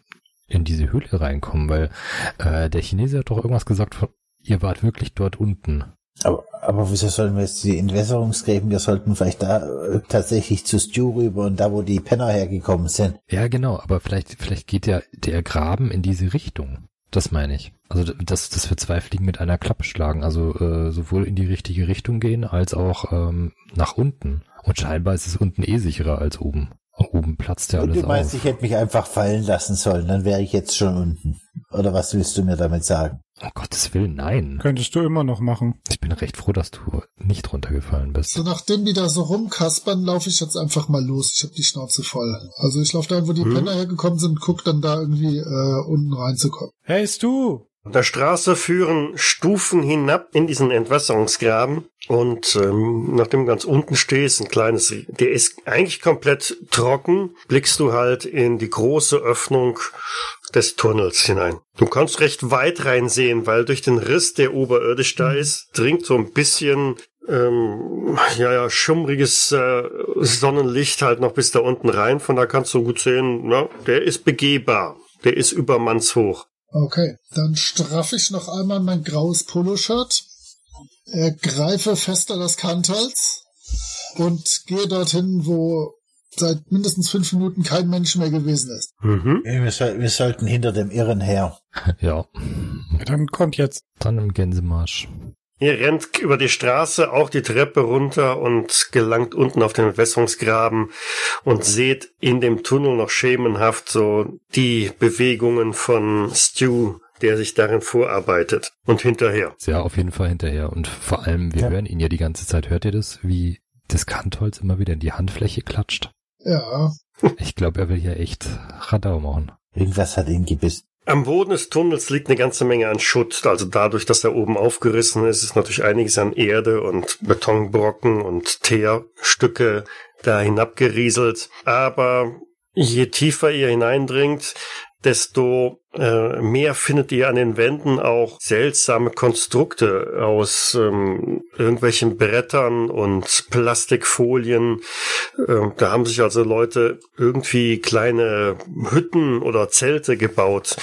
[SPEAKER 2] in diese Höhle reinkommen, weil äh, der Chinese hat doch irgendwas gesagt, von, ihr wart wirklich dort unten.
[SPEAKER 4] Aber, aber wieso sollen wir jetzt die Entwässerungsgräben? Wir sollten vielleicht da äh, tatsächlich zu Stu rüber und da, wo die Penner hergekommen sind.
[SPEAKER 2] Ja, genau, aber vielleicht, vielleicht geht ja der Graben in diese Richtung. Das meine ich. Also, d- dass, dass wir zwei Fliegen mit einer Klappe schlagen. Also äh, sowohl in die richtige Richtung gehen, als auch ähm, nach unten. Und scheinbar ist es unten eh sicherer als oben. Oben platzt ja
[SPEAKER 4] und
[SPEAKER 2] alles
[SPEAKER 4] du meinst,
[SPEAKER 2] auf.
[SPEAKER 4] ich hätte mich einfach fallen lassen sollen, dann wäre ich jetzt schon unten. Oder was willst du mir damit sagen?
[SPEAKER 2] Um Gottes Willen, nein.
[SPEAKER 5] Könntest du immer noch machen.
[SPEAKER 2] Ich bin recht froh, dass du nicht runtergefallen bist.
[SPEAKER 3] So, nachdem die da so rumkaspern, laufe ich jetzt einfach mal los. Ich habe die Schnauze voll. Also ich laufe dahin, wo die
[SPEAKER 1] Mhm.
[SPEAKER 3] Penner hergekommen sind, guck dann da irgendwie äh, unten reinzukommen.
[SPEAKER 5] Hey, Stu!
[SPEAKER 1] An der Straße führen Stufen hinab in diesen Entwässerungsgraben. Und ähm, nachdem du ganz unten stehst, ein kleines, der ist eigentlich komplett trocken, blickst du halt in die große Öffnung des Tunnels hinein. Du kannst recht weit reinsehen, weil durch den Riss, der oberirdisch da ist, dringt so ein bisschen ähm, ja, ja, schummriges äh, Sonnenlicht halt noch bis da unten rein. Von da kannst du gut sehen, na, der ist begehbar. Der ist übermannshoch.
[SPEAKER 3] Okay, dann straffe ich noch einmal mein graues Poloshirt, ergreife fester das Kanthals und gehe dorthin, wo seit mindestens fünf Minuten kein Mensch mehr gewesen ist.
[SPEAKER 1] Mhm.
[SPEAKER 4] Wir, soll, wir sollten hinter dem Irren her.
[SPEAKER 2] (laughs) Ja.
[SPEAKER 5] Dann kommt jetzt.
[SPEAKER 2] Dann im Gänsemarsch.
[SPEAKER 1] Ihr rennt über die Straße, auch die Treppe runter und gelangt unten auf den Entwässerungsgraben und seht in dem Tunnel noch schemenhaft so die Bewegungen von Stu, der sich darin vorarbeitet und hinterher.
[SPEAKER 2] Ja, auf jeden Fall hinterher. Und vor allem, wir
[SPEAKER 4] Ja.
[SPEAKER 2] hören ihn ja die ganze Zeit. Hört ihr das? Wie das Kantholz immer wieder in die Handfläche klatscht?
[SPEAKER 3] Ja,
[SPEAKER 2] Ich glaube, er will hier echt Radau machen.
[SPEAKER 4] Irgendwas hat ihn gebissen.
[SPEAKER 1] Am Boden des Tunnels liegt eine ganze Menge an Schutt. Also dadurch, dass er oben aufgerissen ist, ist natürlich einiges an Erde und Betonbrocken und Teerstücke da hinabgerieselt. Aber je tiefer ihr hineindringt, desto äh, mehr findet ihr an den Wänden auch seltsame Konstrukte aus ähm, irgendwelchen Brettern und Plastikfolien. Ähm, da haben sich also Leute irgendwie kleine Hütten oder Zelte gebaut.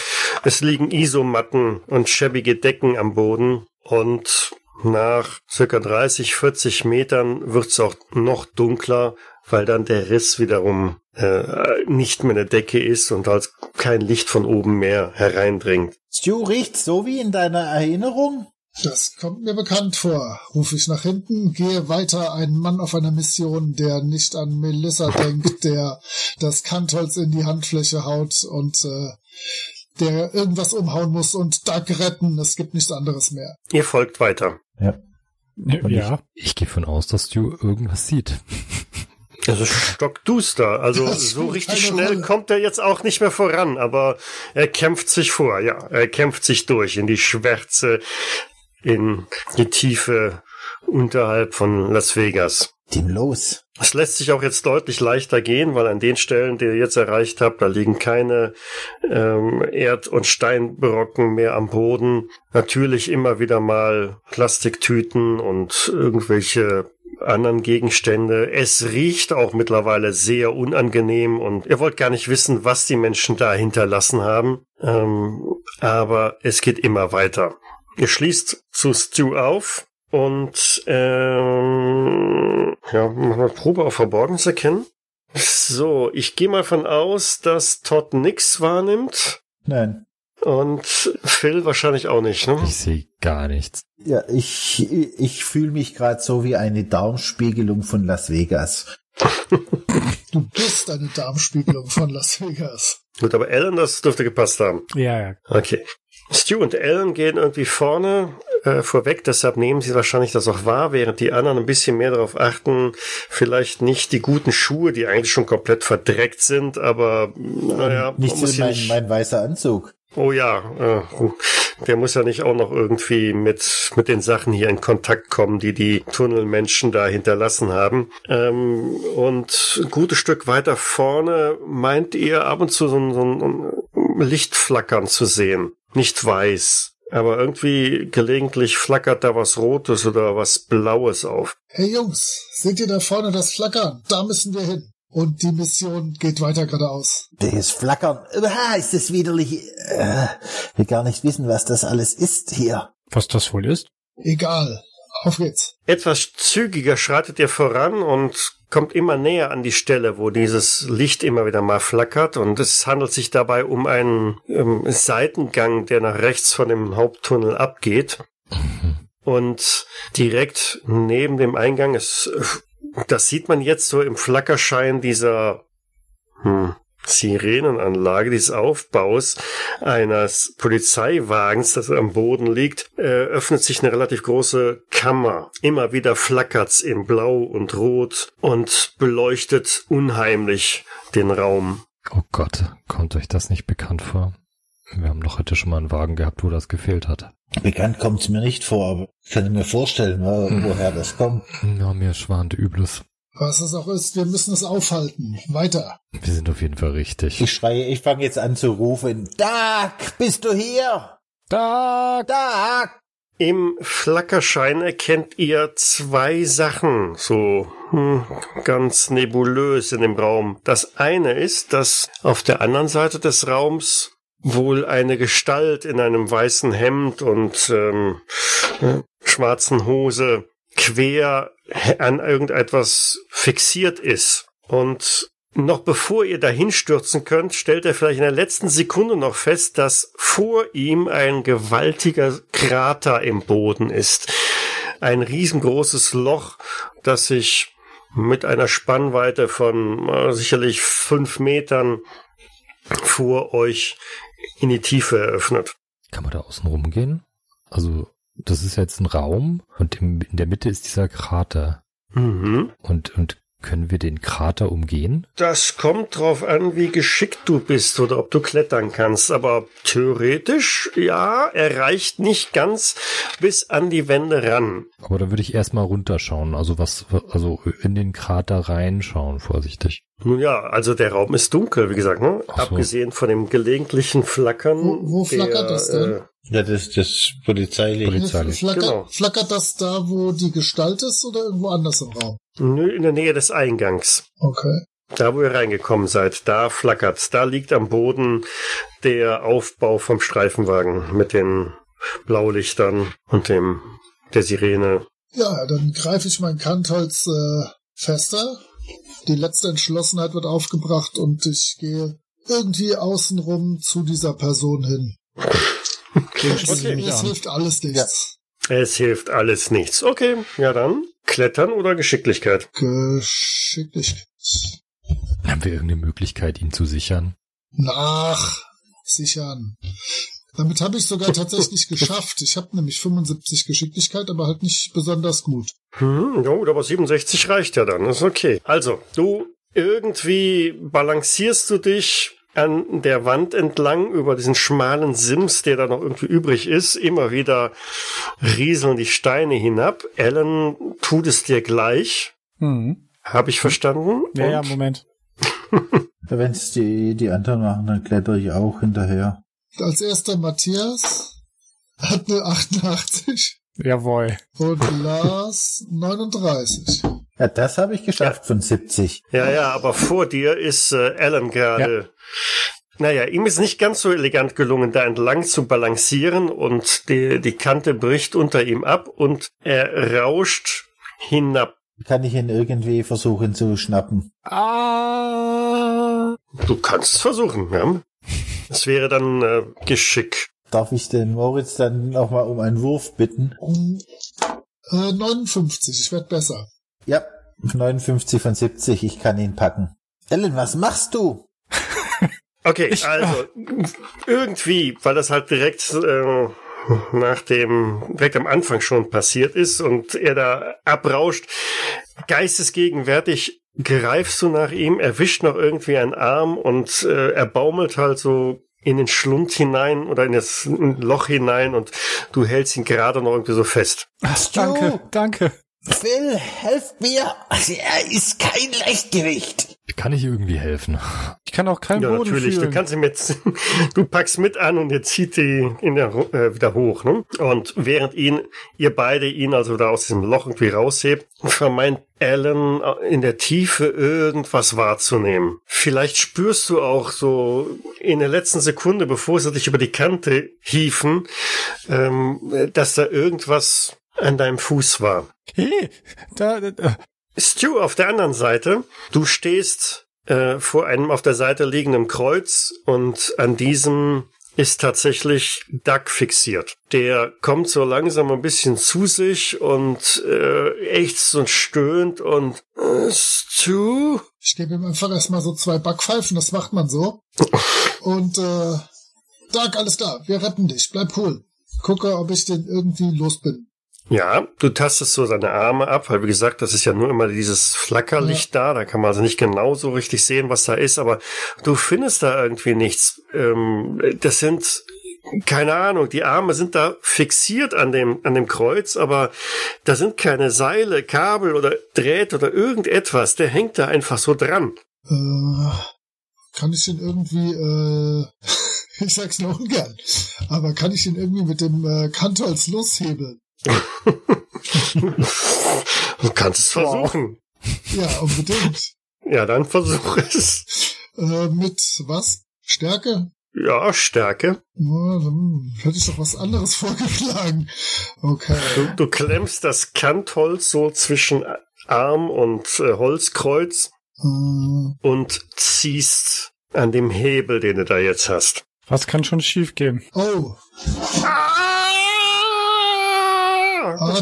[SPEAKER 1] Es liegen Isomatten und schäbige Decken am Boden und nach circa 30, 40 Metern wird's auch noch dunkler, weil dann der Riss wiederum äh, nicht mehr eine Decke ist und als kein Licht von oben mehr hereindringt.
[SPEAKER 4] Stu riecht so wie in deiner Erinnerung?
[SPEAKER 3] das kommt mir bekannt vor. Rufe ich nach hinten, gehe weiter, ein Mann auf einer Mission, der nicht an Melissa denkt, der das Kantholz in die Handfläche haut und äh, der irgendwas umhauen muss und Doug retten. Es gibt nichts anderes mehr.
[SPEAKER 1] Ihr folgt weiter.
[SPEAKER 5] Ja.
[SPEAKER 2] Ich gehe von aus, dass Stu irgendwas sieht.
[SPEAKER 1] Es ist stockduster, also
[SPEAKER 3] Das
[SPEAKER 1] so
[SPEAKER 3] spielt
[SPEAKER 1] richtig
[SPEAKER 3] keine
[SPEAKER 1] schnell
[SPEAKER 3] Rolle.
[SPEAKER 1] kommt er jetzt auch nicht mehr voran, aber er kämpft sich vor, ja, er kämpft sich durch in die Schwärze, in die Tiefe unterhalb von Las Vegas.
[SPEAKER 4] Dem los.
[SPEAKER 1] Es lässt sich auch jetzt deutlich leichter gehen, weil an den Stellen, die ihr jetzt erreicht habt, da liegen keine ähm, Erd- und Steinbrocken mehr am Boden. Natürlich immer wieder mal Plastiktüten und irgendwelche anderen Gegenstände. Es riecht auch mittlerweile sehr unangenehm und ihr wollt gar nicht wissen, was die Menschen da hinterlassen haben. Ähm, aber es geht immer weiter. Ihr schließt zu Stu auf und ähm, ja, machen wir Probe auf Verborgenes erkennen. (laughs) So, ich gehe mal von aus, dass Todd nix wahrnimmt
[SPEAKER 4] Nein.
[SPEAKER 1] und Phil wahrscheinlich auch nicht, ne?
[SPEAKER 2] Ich sehe gar nichts.
[SPEAKER 4] Ja, ich, ich fühle mich gerade so wie eine Darmspiegelung von Las Vegas.
[SPEAKER 3] Du bist eine Darmspiegelung von Las Vegas.
[SPEAKER 1] Gut, aber Alan, das dürfte gepasst haben.
[SPEAKER 5] Ja, ja.
[SPEAKER 1] Okay. Stu und Alan gehen irgendwie vorne äh, vorweg, deshalb nehmen sie wahrscheinlich das auch wahr, während die anderen ein bisschen mehr darauf achten, vielleicht nicht die guten Schuhe, die eigentlich schon komplett verdreckt sind, aber naja, man
[SPEAKER 4] Nicht so
[SPEAKER 1] muss sie
[SPEAKER 4] mein, mein weißer Anzug.
[SPEAKER 1] Oh ja, äh, der muss ja nicht auch noch irgendwie mit, mit den Sachen hier in Kontakt kommen, die die Tunnelmenschen da hinterlassen haben. Ähm, und ein gutes Stück weiter vorne meint ihr ab und zu so ein, so ein Lichtflackern zu sehen. Nicht weiß. Aber irgendwie gelegentlich flackert da was Rotes oder was Blaues auf.
[SPEAKER 3] Hey Jungs, seht ihr da vorne das Flackern? Da müssen wir hin. Und die Mission geht weiter geradeaus.
[SPEAKER 4] Das Flackern. Ah, ist das widerlich. Äh, will gar nicht wissen, was das alles ist hier.
[SPEAKER 5] Was das wohl ist?
[SPEAKER 3] Egal. Auf geht's.
[SPEAKER 1] Etwas zügiger schreitet ihr voran und kommt immer näher an die Stelle, wo dieses Licht immer wieder mal flackert. Und es handelt sich dabei um einen ähm, Seitengang, der nach rechts von dem Haupttunnel abgeht. Und direkt neben dem Eingang ist, äh, das sieht man jetzt so im Flackerschein dieser hm, Sirenenanlage, dieses Aufbaus eines Polizeiwagens, das am Boden liegt, äh, öffnet sich eine relativ große Kammer. Immer wieder flackert's in Blau und Rot und beleuchtet unheimlich den Raum.
[SPEAKER 2] Oh Gott, kommt euch das nicht bekannt vor? Wir haben doch heute schon mal einen Wagen gehabt, wo das gefehlt hat.
[SPEAKER 4] Bekannt kommt's mir nicht vor, aber ich kann mir vorstellen, wo- woher das kommt.
[SPEAKER 2] Na, mir schwant Übles.
[SPEAKER 3] Was es auch ist, wir müssen es aufhalten. Weiter.
[SPEAKER 2] Wir sind auf jeden Fall richtig.
[SPEAKER 4] Ich schreie, ich fange jetzt an zu rufen. Dag, bist du hier? Dag, Dag.
[SPEAKER 1] Im Flackerschein erkennt ihr zwei Sachen, so hm, ganz nebulös in dem Raum. Das eine ist, dass auf der anderen Seite des Raums wohl eine Gestalt in einem weißen Hemd und ähm, schwarzen Hose quer an irgendetwas fixiert ist. Und noch bevor ihr dahin stürzen könnt, stellt er vielleicht in der letzten Sekunde noch fest, dass vor ihm ein gewaltiger Krater im Boden ist. Ein riesengroßes Loch, das sich mit einer Spannweite von äh, sicherlich fünf Metern vor euch in die Tiefe eröffnet.
[SPEAKER 2] Kann man da außen rumgehen? Also, das ist jetzt ein Raum und im, in der Mitte ist dieser Krater.
[SPEAKER 1] Mhm.
[SPEAKER 2] Und, und können wir den Krater umgehen?
[SPEAKER 1] Das kommt drauf an, wie geschickt du bist oder ob du klettern kannst. Aber theoretisch, ja, er reicht nicht ganz bis an die Wände ran.
[SPEAKER 2] Aber da würde ich erstmal runterschauen, also was, also in den Krater reinschauen, vorsichtig.
[SPEAKER 1] Nun ja, also der Raum ist dunkel, wie gesagt, ne?
[SPEAKER 2] Ach so.
[SPEAKER 1] Abgesehen von dem gelegentlichen Flackern.
[SPEAKER 3] Wo- wo flackert das denn?
[SPEAKER 1] äh,
[SPEAKER 4] Ja, das, das polizeilich.
[SPEAKER 2] Polizeilich.
[SPEAKER 3] Flackert,
[SPEAKER 1] Genau.
[SPEAKER 3] flackert das da, wo die Gestalt ist oder irgendwo anders im Raum?
[SPEAKER 1] nö, in der Nähe des Eingangs.
[SPEAKER 3] Okay.
[SPEAKER 1] Da, wo ihr reingekommen seid, da flackert's. Da liegt am Boden der Aufbau vom Streifenwagen mit den Blaulichtern und dem der Sirene.
[SPEAKER 3] Ja, dann greife ich mein Kantholz äh, fester. Die letzte Entschlossenheit wird aufgebracht und ich gehe irgendwie außenrum zu dieser Person hin. Es,
[SPEAKER 1] Okay.
[SPEAKER 3] es hilft alles nichts.
[SPEAKER 1] Es hilft alles nichts. Okay, ja dann. Klettern oder Geschicklichkeit?
[SPEAKER 3] Geschicklich.
[SPEAKER 2] Haben wir irgendeine Möglichkeit, ihn zu sichern?
[SPEAKER 3] Nach sichern. Damit habe ich sogar tatsächlich geschafft. Ich habe nämlich 75 Geschicklichkeit, aber halt nicht besonders gut.
[SPEAKER 1] Hm, jo, aber 67 reicht ja dann. Ist okay. Also, du irgendwie balancierst du dich an der Wand entlang über diesen schmalen Sims, der da noch irgendwie übrig ist. Immer wieder rieseln die Steine hinab. Ellen tut es dir gleich.
[SPEAKER 5] Mhm.
[SPEAKER 1] Habe ich verstanden?
[SPEAKER 5] Ja, ja,
[SPEAKER 1] Und-
[SPEAKER 5] Moment.
[SPEAKER 4] Wenn es die, die anderen machen, dann kletter ich auch hinterher.
[SPEAKER 3] Als erster Matthias hat eine 88
[SPEAKER 5] Jawohl.
[SPEAKER 3] und Lars 39.
[SPEAKER 4] Ja, das habe ich geschafft von 70.
[SPEAKER 1] Ja, ja, aber vor dir ist äh, Alan gerade. Naja, ihm ist nicht ganz so elegant gelungen, da entlang zu balancieren und die, die Kante bricht unter ihm ab und er rauscht hinab.
[SPEAKER 4] Kann ich ihn irgendwie versuchen zu schnappen?
[SPEAKER 5] Ah.
[SPEAKER 1] Du kannst es versuchen, ja. Das wäre dann äh, Geschick.
[SPEAKER 4] Darf ich den Moritz dann nochmal um einen Wurf bitten?
[SPEAKER 3] Um, äh, 59, ich werde besser.
[SPEAKER 4] Ja, 59 von 70, ich kann ihn packen. Ellen, was machst du?
[SPEAKER 1] Okay, also irgendwie, weil das halt direkt äh, nach dem, direkt am Anfang schon passiert ist und er da abrauscht, geistesgegenwärtig greifst du nach ihm, erwischt noch irgendwie einen Arm und äh, er baumelt halt so in den Schlund hinein oder in das Loch hinein und du hältst ihn gerade noch irgendwie so fest.
[SPEAKER 5] Danke, danke.
[SPEAKER 4] Phil, helft mir! (laughs) Er ist kein Leichtgewicht!
[SPEAKER 2] Kann ich irgendwie helfen? (laughs)
[SPEAKER 5] Ich kann auch keinen
[SPEAKER 1] ja,
[SPEAKER 5] Boden
[SPEAKER 1] natürlich.
[SPEAKER 5] fühlen.
[SPEAKER 1] Du kannst ihm jetzt, (laughs) du packst mit an und er zieht die in der, Ru- äh, wieder hoch, ne? Und während ihn, ihr beide ihn also da aus diesem Loch irgendwie raushebt, vermeint Alan äh, in der Tiefe irgendwas wahrzunehmen. Vielleicht spürst du auch so in der letzten Sekunde, bevor sie dich über die Kante hiefen, ähm, dass da irgendwas an deinem Fuß war.
[SPEAKER 5] hey, da, da, da.
[SPEAKER 1] Stu, auf der anderen Seite, du stehst äh, vor einem auf der Seite liegenden Kreuz und an diesem ist tatsächlich Duck fixiert. Der kommt so langsam ein bisschen zu sich und äh, ächzt und stöhnt und äh, Stu?
[SPEAKER 3] Ich gebe ihm einfach erstmal so zwei Backpfeifen, das macht man so. Und, äh, Dark, alles klar, wir retten dich, bleib cool. Gucke, ob ich den irgendwie los bin.
[SPEAKER 1] Ja, du tastest so seine Arme ab, weil wie gesagt, das ist ja nur immer dieses Flackerlicht da, da kann man also nicht genau so richtig sehen, was da ist, aber du findest da irgendwie nichts. Ähm, das sind, keine Ahnung, die Arme sind da fixiert an dem, an dem Kreuz, aber da sind keine Seile, Kabel oder Drähte oder irgendetwas, der hängt da einfach so dran.
[SPEAKER 3] Äh, kann ich den irgendwie, äh, (laughs) ich sag's nur ungern, aber kann ich den irgendwie mit dem äh, Kantholz loshebeln?
[SPEAKER 1] Du kannst es versuchen.
[SPEAKER 3] Ja, unbedingt.
[SPEAKER 1] Ja, dann versuch es.
[SPEAKER 3] Äh, mit was? Stärke?
[SPEAKER 1] Ja, Stärke.
[SPEAKER 3] Na, dann hätte ich doch was anderes (laughs) vorgeschlagen. Okay.
[SPEAKER 1] Du, du klemmst das Kantholz so zwischen Arm und äh, Holzkreuz
[SPEAKER 3] Äh,
[SPEAKER 1] und ziehst an dem Hebel, den du da jetzt hast.
[SPEAKER 5] Was kann schon schief gehen?
[SPEAKER 3] oh, ah,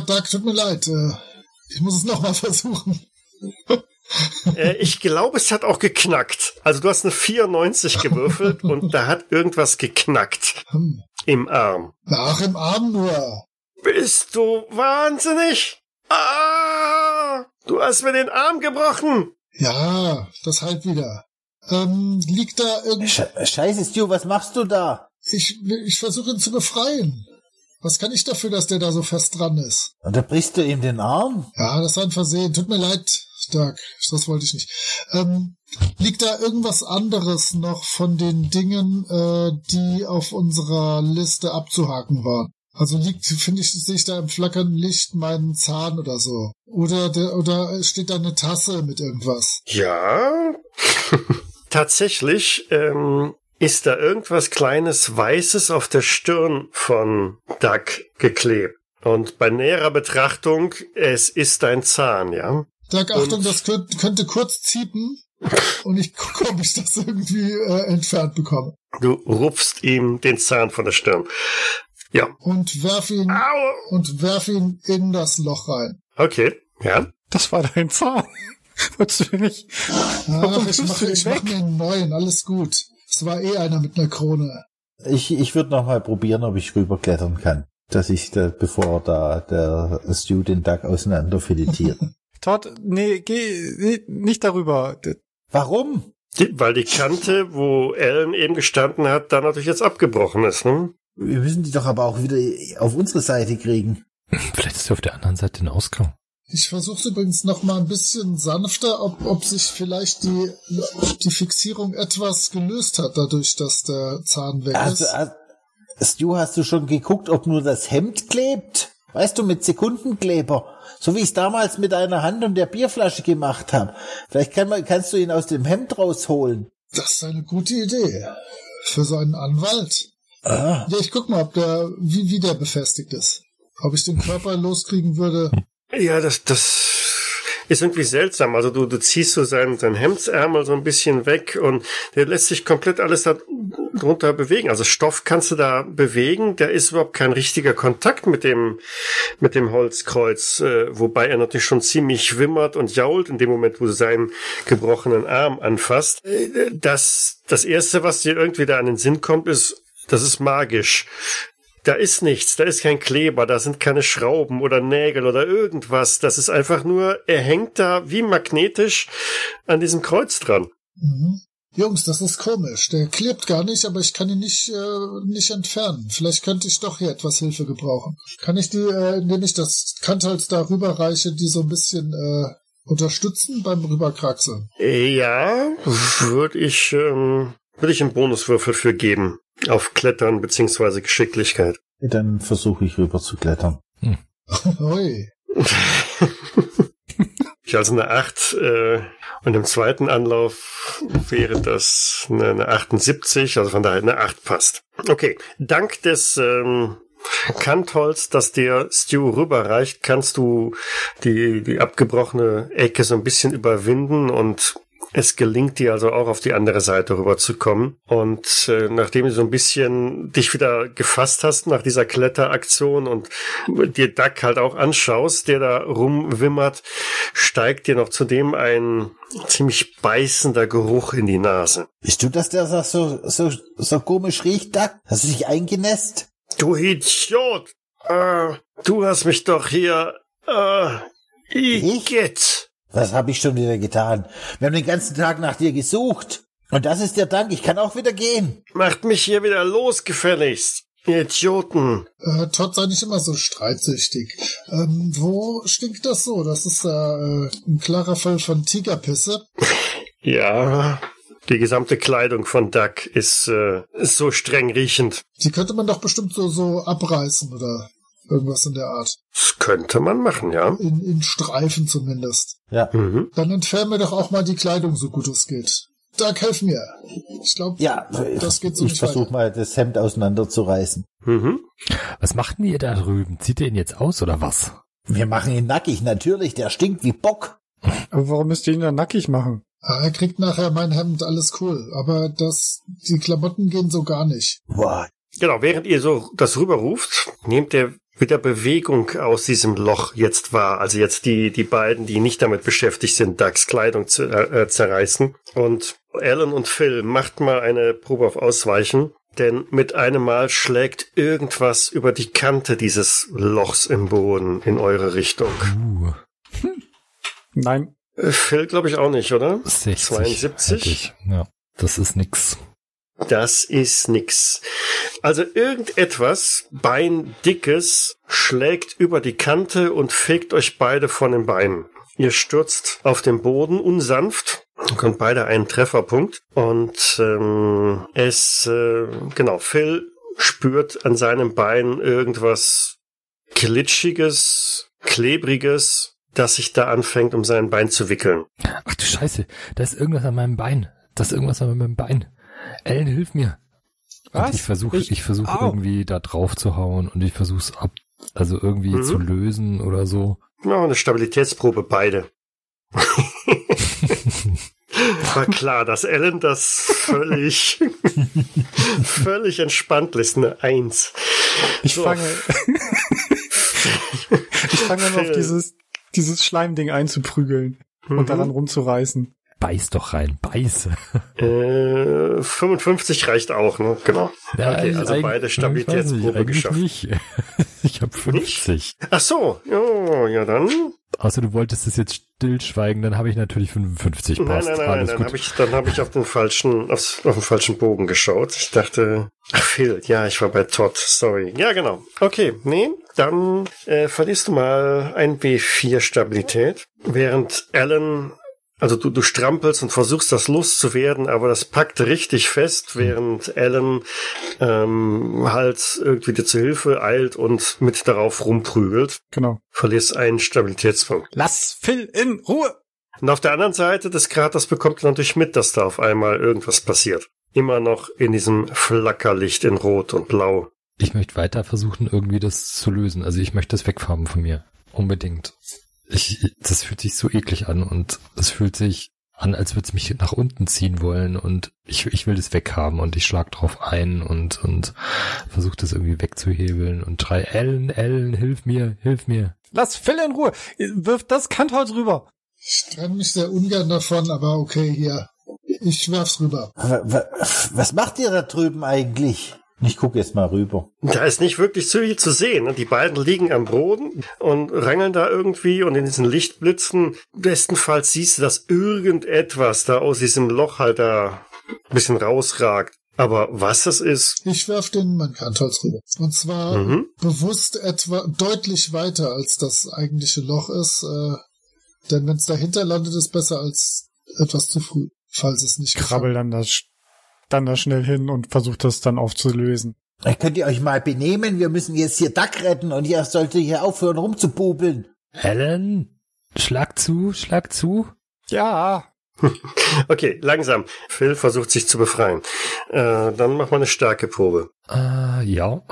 [SPEAKER 3] Doug, tut mir leid. Äh, ich muss es nochmal (laughs) versuchen.
[SPEAKER 1] Äh, ich glaube, es hat auch geknackt. Also du hast eine 94 gewürfelt und da hat irgendwas geknackt
[SPEAKER 3] Hm.
[SPEAKER 1] im Arm.
[SPEAKER 3] Nach im Arm nur.
[SPEAKER 1] Bist du wahnsinnig? Ah! Du hast mir den Arm gebrochen.
[SPEAKER 3] Ja, das halt wieder. Ähm, liegt da irgendwie...
[SPEAKER 4] Sche- Scheiße, Stu, was machst du da?
[SPEAKER 3] Ich, ich versuche ihn zu befreien. Was kann ich dafür, dass der da so fest dran ist?
[SPEAKER 4] Und da brichst du ihm den Arm?
[SPEAKER 3] Ja, das war ein Versehen. Tut mir leid, Doug. Das wollte ich nicht. Ähm, liegt da irgendwas anderes noch von den Dingen, äh, die auf unserer Liste abzuhaken waren? Also liegt, finde ich, sehe ich da im flackernden Licht meinen Zahn oder so. Oder, der, oder steht da eine Tasse mit irgendwas?
[SPEAKER 1] Ja. (laughs) Tatsächlich ähm, ist da irgendwas kleines Weißes auf der Stirn von Duck geklebt. Und bei näherer Betrachtung, es ist dein Zahn, ja?
[SPEAKER 3] Doug, Achtung,
[SPEAKER 1] Und-
[SPEAKER 3] das könnt, könnte kurz ziepen. Und ich gucke, ob ich das irgendwie äh, entfernt bekomme.
[SPEAKER 1] Du rupfst ihm den Zahn von der Stirn. Ja.
[SPEAKER 3] Und werf ihn,
[SPEAKER 1] Au!
[SPEAKER 3] und werf ihn in das Loch rein.
[SPEAKER 1] Okay, ja.
[SPEAKER 5] Das war dein Zahn. (laughs) Wolltest du nicht?
[SPEAKER 3] Ach, ich
[SPEAKER 5] Warum bist
[SPEAKER 3] mache
[SPEAKER 5] du
[SPEAKER 3] ich
[SPEAKER 5] weg?
[SPEAKER 3] mach mir einen neuen, alles gut. Es war eh einer mit einer Krone.
[SPEAKER 4] Ich, ich würde noch mal probieren, ob ich rüberklettern kann. Dass ich, da, bevor da der Stu den Duck auseinander filetiert.
[SPEAKER 5] Todd, nee, geh nee, nicht darüber. D-
[SPEAKER 4] (laughs) Warum?
[SPEAKER 1] Die, weil die Kante, wo Ellen eben gestanden hat, da natürlich jetzt abgebrochen ist, ne?
[SPEAKER 4] Wir müssen die doch aber auch wieder auf unsere Seite kriegen.
[SPEAKER 2] Vielleicht ist ja auf der anderen Seite ein Ausgang.
[SPEAKER 3] Ich versuche übrigens noch mal ein bisschen sanfter, ob, ob sich vielleicht die, die Fixierung etwas gelöst hat, dadurch, dass der Zahn weg
[SPEAKER 4] Hast,
[SPEAKER 3] ist.
[SPEAKER 4] du- hast, Also, Stu, hast du schon geguckt, ob nur das Hemd klebt? Weißt du, mit Sekundenkleber. So wie ich es damals mit einer Hand und der Bierflasche gemacht habe. Vielleicht kann man, kannst du ihn aus dem Hemd rausholen.
[SPEAKER 3] Das ist eine gute Idee. Für so einen Anwalt.
[SPEAKER 4] Ah.
[SPEAKER 3] Ja, ich guck mal, ob der, wie, wie der befestigt ist. Ob ich den Körper loskriegen würde.
[SPEAKER 1] Ja, das, das ist irgendwie seltsam. Also du, du ziehst so seinen, seinen Hemdsärmel so ein bisschen weg und der lässt sich komplett alles da drunter bewegen. Also Stoff kannst du da bewegen. Da ist überhaupt kein richtiger Kontakt mit dem, mit dem Holzkreuz, äh, wobei er natürlich schon ziemlich wimmert und jault in dem Moment, wo du seinen gebrochenen Arm anfasst. Äh, Das, das erste, was dir irgendwie da an den Sinn kommt, ist, das ist magisch. Da ist nichts, da ist kein Kleber, da sind keine Schrauben oder Nägel oder irgendwas. Das ist einfach nur, er hängt da wie magnetisch an diesem Kreuz dran.
[SPEAKER 3] Mhm. Jungs, das ist komisch. Der klebt gar nicht, aber ich kann ihn nicht, äh, nicht entfernen. Vielleicht könnte ich doch hier etwas Hilfe gebrauchen. Kann ich die, äh, indem ich das Kantholz da rüberreiche, die so ein bisschen äh, unterstützen beim Rüberkraxeln? (laughs)
[SPEAKER 1] Ja, würde ich, ähm, würde ich einen Bonuswürfel für geben. Auf Klettern beziehungsweise Geschicklichkeit.
[SPEAKER 4] Dann versuche ich rüber zu klettern.
[SPEAKER 3] Hui.
[SPEAKER 1] Ich also eine 8 äh, und im zweiten Anlauf wäre das eine, eine 78, also von daher eine 8 passt. Okay, dank des ähm, Kantholz, das dir Stu rüberreicht, kannst du die, die abgebrochene Ecke so ein bisschen überwinden und es gelingt dir also auch auf die andere Seite rüberzukommen. Und äh, nachdem du so ein bisschen dich wieder gefasst hast nach dieser Kletteraktion und dir Duck halt auch anschaust, der da rumwimmert, steigt dir noch zudem ein ziemlich beißender Geruch in die Nase.
[SPEAKER 4] Bist du, dass der so- so, so, so komisch riecht, Duck? Hast du dich eingenässt?
[SPEAKER 1] Du Idiot! Äh, du hast mich doch hier... Äh, Igitt!
[SPEAKER 4] Was habe ich schon wieder getan? Wir haben den ganzen Tag nach dir gesucht. Und das ist der Dank. Ich kann auch wieder gehen.
[SPEAKER 1] Macht mich hier wieder los, gefälligst! Ihr Idioten!
[SPEAKER 3] Äh, Todd sei nicht immer so streitsüchtig. Ähm, wo stinkt das so? Das ist da äh, ein klarer Fall von Tigerpisse.
[SPEAKER 1] Ja, die gesamte Kleidung von Duck ist, äh, ist so streng riechend.
[SPEAKER 3] Die könnte man doch bestimmt so, so abreißen oder irgendwas in der Art.
[SPEAKER 1] Das könnte man machen, ja.
[SPEAKER 3] In, in Streifen zumindest.
[SPEAKER 4] Ja.
[SPEAKER 1] Mhm.
[SPEAKER 3] Dann entfernen wir doch auch mal die Kleidung, so gut es geht. Doug, helf mir. Ich glaube,
[SPEAKER 4] Ja,
[SPEAKER 3] das geht so
[SPEAKER 4] ich
[SPEAKER 3] nicht
[SPEAKER 4] versuche
[SPEAKER 3] weiter.
[SPEAKER 4] mal das Hemd auseinanderzureißen.
[SPEAKER 1] Mhm.
[SPEAKER 2] Was macht denn ihr da drüben? Zieht ihr ihn jetzt aus oder was?
[SPEAKER 4] Wir machen ihn nackig, natürlich, der stinkt wie Bock.
[SPEAKER 5] Aber warum müsst ihr ihn dann nackig machen?
[SPEAKER 3] Ah, Er kriegt nachher mein Hemd, alles cool. Aber das, die Klamotten gehen so gar nicht.
[SPEAKER 4] Boah,
[SPEAKER 1] Genau, während ihr so das rüberruft, nehmt ihr wieder Bewegung aus diesem Loch jetzt wahr. Also jetzt die, die beiden, die nicht damit beschäftigt sind, Ducks Kleidung zu äh, äh, zerreißen. Und Alan und Phil, macht mal eine Probe auf Ausweichen, denn mit einem Mal schlägt irgendwas über die Kante dieses Lochs im Boden in eure Richtung.
[SPEAKER 2] Uh,
[SPEAKER 5] Nein.
[SPEAKER 1] Äh, Phil glaube ich auch nicht, oder?
[SPEAKER 2] 60.
[SPEAKER 1] 72?
[SPEAKER 2] hätte ich. Ja, das ist nix.
[SPEAKER 1] Das ist nix. Also irgendetwas beindickes schlägt über die Kante und fegt euch beide von den Beinen. Ihr stürzt auf den Boden unsanft und könnt beide einen Trefferpunkt. Und ähm, es, äh, genau, Phil spürt an seinem Bein irgendwas Glitschiges, Klebriges, das sich da anfängt, um sein Bein zu wickeln.
[SPEAKER 2] Ach du Scheiße, da ist irgendwas an meinem Bein. Da ist irgendwas an meinem Bein. Ellen, hilf mir. Und
[SPEAKER 5] Was?
[SPEAKER 2] ich versuche ich,
[SPEAKER 5] Ich-
[SPEAKER 2] versuch
[SPEAKER 5] Au.
[SPEAKER 2] irgendwie da drauf zu hauen und ich versuche es ab, also irgendwie
[SPEAKER 1] Mhm.
[SPEAKER 2] zu lösen oder so.
[SPEAKER 1] Ja, eine Stabilitätsprobe beide. War klar, dass Ellen das völlig, völlig entspannt lässt, eine Eins.
[SPEAKER 5] Ich
[SPEAKER 1] So.
[SPEAKER 5] fange.
[SPEAKER 1] (laughs)
[SPEAKER 5] ich fange an, auf dieses, dieses Schleimding einzuprügeln
[SPEAKER 1] Mhm.
[SPEAKER 5] und daran rumzureißen.
[SPEAKER 2] Beiß doch rein,
[SPEAKER 1] (laughs)
[SPEAKER 2] beiße.
[SPEAKER 1] Äh, 55 reicht auch, ne? Genau.
[SPEAKER 2] Ja,
[SPEAKER 1] okay,
[SPEAKER 2] ich-
[SPEAKER 1] also
[SPEAKER 2] eigentlich-
[SPEAKER 1] beide
[SPEAKER 2] ich weiß
[SPEAKER 1] Stabilitätsprobe
[SPEAKER 2] nicht,
[SPEAKER 1] geschafft.
[SPEAKER 2] Eigentlich nicht. (laughs) Ich habe 50.
[SPEAKER 1] Ach so, oh, ja dann.
[SPEAKER 2] Außer du wolltest es jetzt stillschweigen, dann habe ich natürlich 55.
[SPEAKER 1] Nein,
[SPEAKER 2] Passt.
[SPEAKER 1] nein, nein, nein,
[SPEAKER 2] Alles
[SPEAKER 1] dann
[SPEAKER 2] gut.
[SPEAKER 1] habe ich, dann hab ich auf den falschen, auf, auf den falschen Bogen geschaut. Ich dachte, ach Phil, ja, ich war bei Todd, sorry. Ja, genau. Okay, nee, dann äh, verlierst du mal ein B4 Stabilität, während Alan, also du, du strampelst und versuchst das loszuwerden, aber das packt richtig
[SPEAKER 2] Hm.
[SPEAKER 1] fest, während Alan ähm, halt irgendwie dir zu Hilfe eilt und mit darauf rumprügelt.
[SPEAKER 5] Genau.
[SPEAKER 1] Verlierst einen Stabilitätspunkt.
[SPEAKER 5] Lass Phil in Ruhe!
[SPEAKER 1] Und auf der anderen Seite des Kraters bekommt ihr natürlich mit, dass da auf einmal irgendwas passiert. Immer noch in diesem Flackerlicht in Rot und Blau.
[SPEAKER 2] Ich möchte weiter versuchen, irgendwie das zu lösen. Also ich möchte das wegfarben von mir. Unbedingt. Ich, das fühlt sich so eklig an und es fühlt sich an, als würde es mich nach unten ziehen wollen und ich, ich will das weghaben und ich schlag drauf ein und, und versuche das irgendwie wegzuhebeln und schrei, Ellen, Ellen, hilf mir, hilf mir.
[SPEAKER 5] Lass Phil in Ruhe! Wirf das Kanthaus rüber!
[SPEAKER 3] Ich trenne mich sehr ungern davon, aber okay, hier. Ich werf's rüber.
[SPEAKER 4] wa- wa- was macht ihr da drüben eigentlich? Ich gucke jetzt mal rüber.
[SPEAKER 1] Da ist nicht wirklich zu viel zu sehen. ne? Die beiden liegen am Boden und rangeln da irgendwie und in diesen Lichtblitzen. Bestenfalls siehst du, dass irgendetwas da aus diesem Loch halt da ein bisschen rausragt. Aber was das ist,
[SPEAKER 3] Ich werf den Mankantholz rüber. Und zwar
[SPEAKER 1] mhm.
[SPEAKER 3] bewusst etwa deutlich weiter, als das eigentliche Loch ist. Äh, denn wenn's dahinter landet, ist besser als etwas zu früh, falls es nicht
[SPEAKER 5] Krabbel dann da, sch- dann da schnell hin und versuch das dann aufzulösen.
[SPEAKER 4] Äh, Könnt ihr euch mal benehmen? Wir müssen jetzt hier Duck retten und ihr sollt hier aufhören rumzububeln.
[SPEAKER 2] Ellen, schlag zu, schlag zu.
[SPEAKER 5] Ja!
[SPEAKER 1] okay, langsam. Phil versucht sich zu befreien. Äh, dann mach mal eine Stärkeprobe.
[SPEAKER 2] Äh, ja,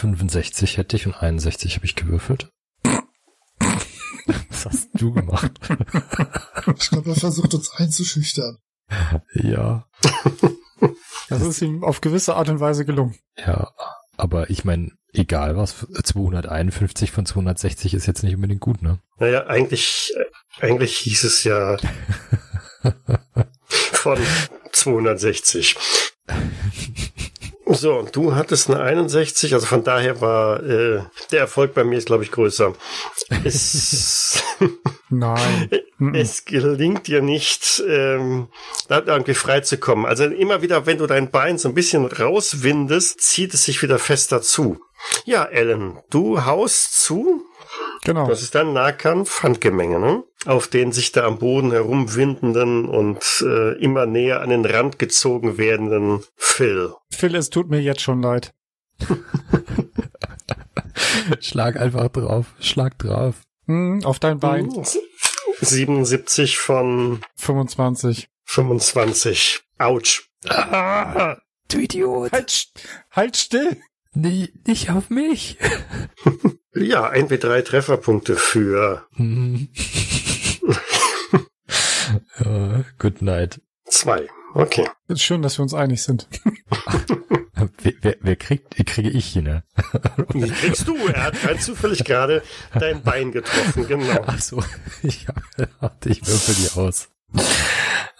[SPEAKER 2] 65 hätte ich und 61 habe ich gewürfelt. (laughs) Was hast du gemacht?
[SPEAKER 3] gefallen. Ich glaube, er versucht uns einzuschüchtern.
[SPEAKER 2] ja.
[SPEAKER 5] Das ist ihm auf gewisse Art und Weise gelungen.
[SPEAKER 2] Ja, aber ich meine, egal was, 251 von 260 ist jetzt nicht unbedingt gut, ne?
[SPEAKER 1] Naja, eigentlich, äh, eigentlich hieß es ja von 260. So, und du hattest eine 61, also von daher war äh, der Erfolg bei mir ist, glaube ich, größer. Es,
[SPEAKER 5] Nein. Mhm.
[SPEAKER 1] es gelingt dir nicht, ähm, da irgendwie freizukommen. Also immer wieder, wenn du dein Bein so ein bisschen rauswindest, zieht es sich wieder fest dazu. Ja, Ellen, du haust zu
[SPEAKER 5] Genau.
[SPEAKER 1] das ist dann Nahkampf, Handgemenge, ne? Auf den sich da am Boden herumwindenden und äh, immer näher an den Rand gezogen werdenden Phil.
[SPEAKER 5] Phil, es tut mir jetzt schon leid.
[SPEAKER 2] schlag einfach drauf, schlag drauf.
[SPEAKER 5] Mm,
[SPEAKER 1] Oh.
[SPEAKER 5] Mhm, auf dein Bein.
[SPEAKER 1] Mhm. 77 von
[SPEAKER 5] 25.
[SPEAKER 1] 25. Autsch. Ah,
[SPEAKER 2] (laughs) Du Idiot.
[SPEAKER 5] Halt, st- halt still!
[SPEAKER 2] Nee, nicht auf mich.
[SPEAKER 1] ja, ein w 3 Trefferpunkte für
[SPEAKER 2] (laughs) Hm. Äh, Good night.
[SPEAKER 1] zwei. Okay.
[SPEAKER 5] Ist schön, dass wir uns einig sind.
[SPEAKER 2] Wer, wer, wer kriegt, kriege ich, ne?
[SPEAKER 1] Die kriegst du. Er hat rein zufällig gerade dein Bein getroffen. Genau.
[SPEAKER 2] Ach so, (laughs) ich, hab- ich würfel die aus.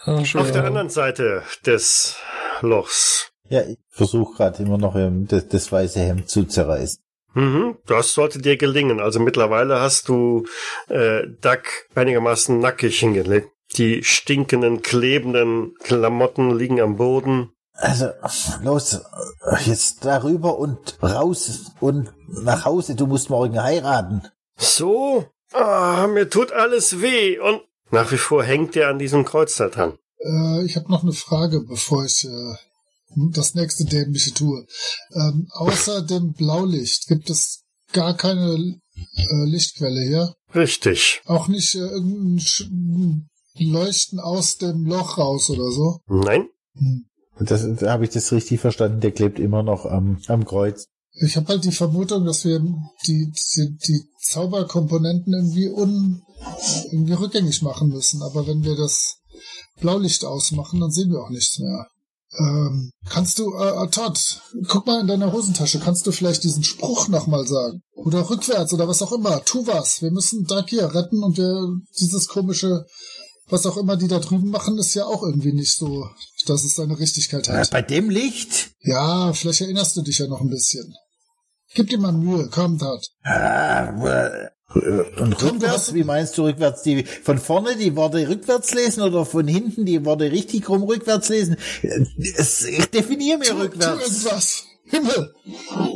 [SPEAKER 1] Ah. Auf der anderen Seite des Lochs.
[SPEAKER 4] Ja, ich versuche gerade immer noch ähm, das, das weiße Hemd zu zerreißen.
[SPEAKER 1] Mhm, das sollte dir gelingen. Also mittlerweile hast du äh, Duck einigermaßen nackig hingelegt. Die stinkenden, klebenden Klamotten liegen am Boden.
[SPEAKER 4] Also, los, jetzt darüber und raus und nach Hause. Du musst morgen heiraten.
[SPEAKER 1] So? Ah, mir tut alles weh und nach wie vor hängt er an diesem Kreuz da dran.
[SPEAKER 3] Äh, ich habe noch eine Frage, bevor ich äh, das nächste dämliche tue. Ähm, außer dem Blaulicht gibt es gar keine äh, Lichtquelle hier.
[SPEAKER 1] Richtig.
[SPEAKER 3] Auch nicht äh, irgendein Sch- Leuchten aus dem Loch raus oder so.
[SPEAKER 1] Nein?
[SPEAKER 3] Hm.
[SPEAKER 4] Das, da habe ich das richtig verstanden. Der klebt immer noch am, am Kreuz.
[SPEAKER 3] Ich habe halt die Vermutung, dass wir die, die, die Zauberkomponenten irgendwie un irgendwie rückgängig machen müssen. Aber wenn wir das Blaulicht ausmachen, dann sehen wir auch nichts mehr. Ähm, kannst du, äh, äh, Todd, guck mal in deiner Hosentasche, kannst du vielleicht diesen Spruch nochmal sagen? Oder rückwärts oder was auch immer. Tu was. Wir müssen Dakia retten und wir dieses komische, was auch immer die da drüben machen, ist ja auch irgendwie nicht so, dass es seine Richtigkeit hat.
[SPEAKER 4] Bei dem Licht?
[SPEAKER 3] Ja, vielleicht erinnerst du dich ja noch ein bisschen. Gib dir mal Mühe, komm, Tat.
[SPEAKER 4] Und Äh, rückwärts, wie meinst du rückwärts? Die, von vorne die Worte rückwärts lesen oder von hinten die Worte richtig rum rückwärts lesen? Es- Ich definiere mir
[SPEAKER 3] Tu
[SPEAKER 4] rückwärts.
[SPEAKER 3] irgendwas. Himmel,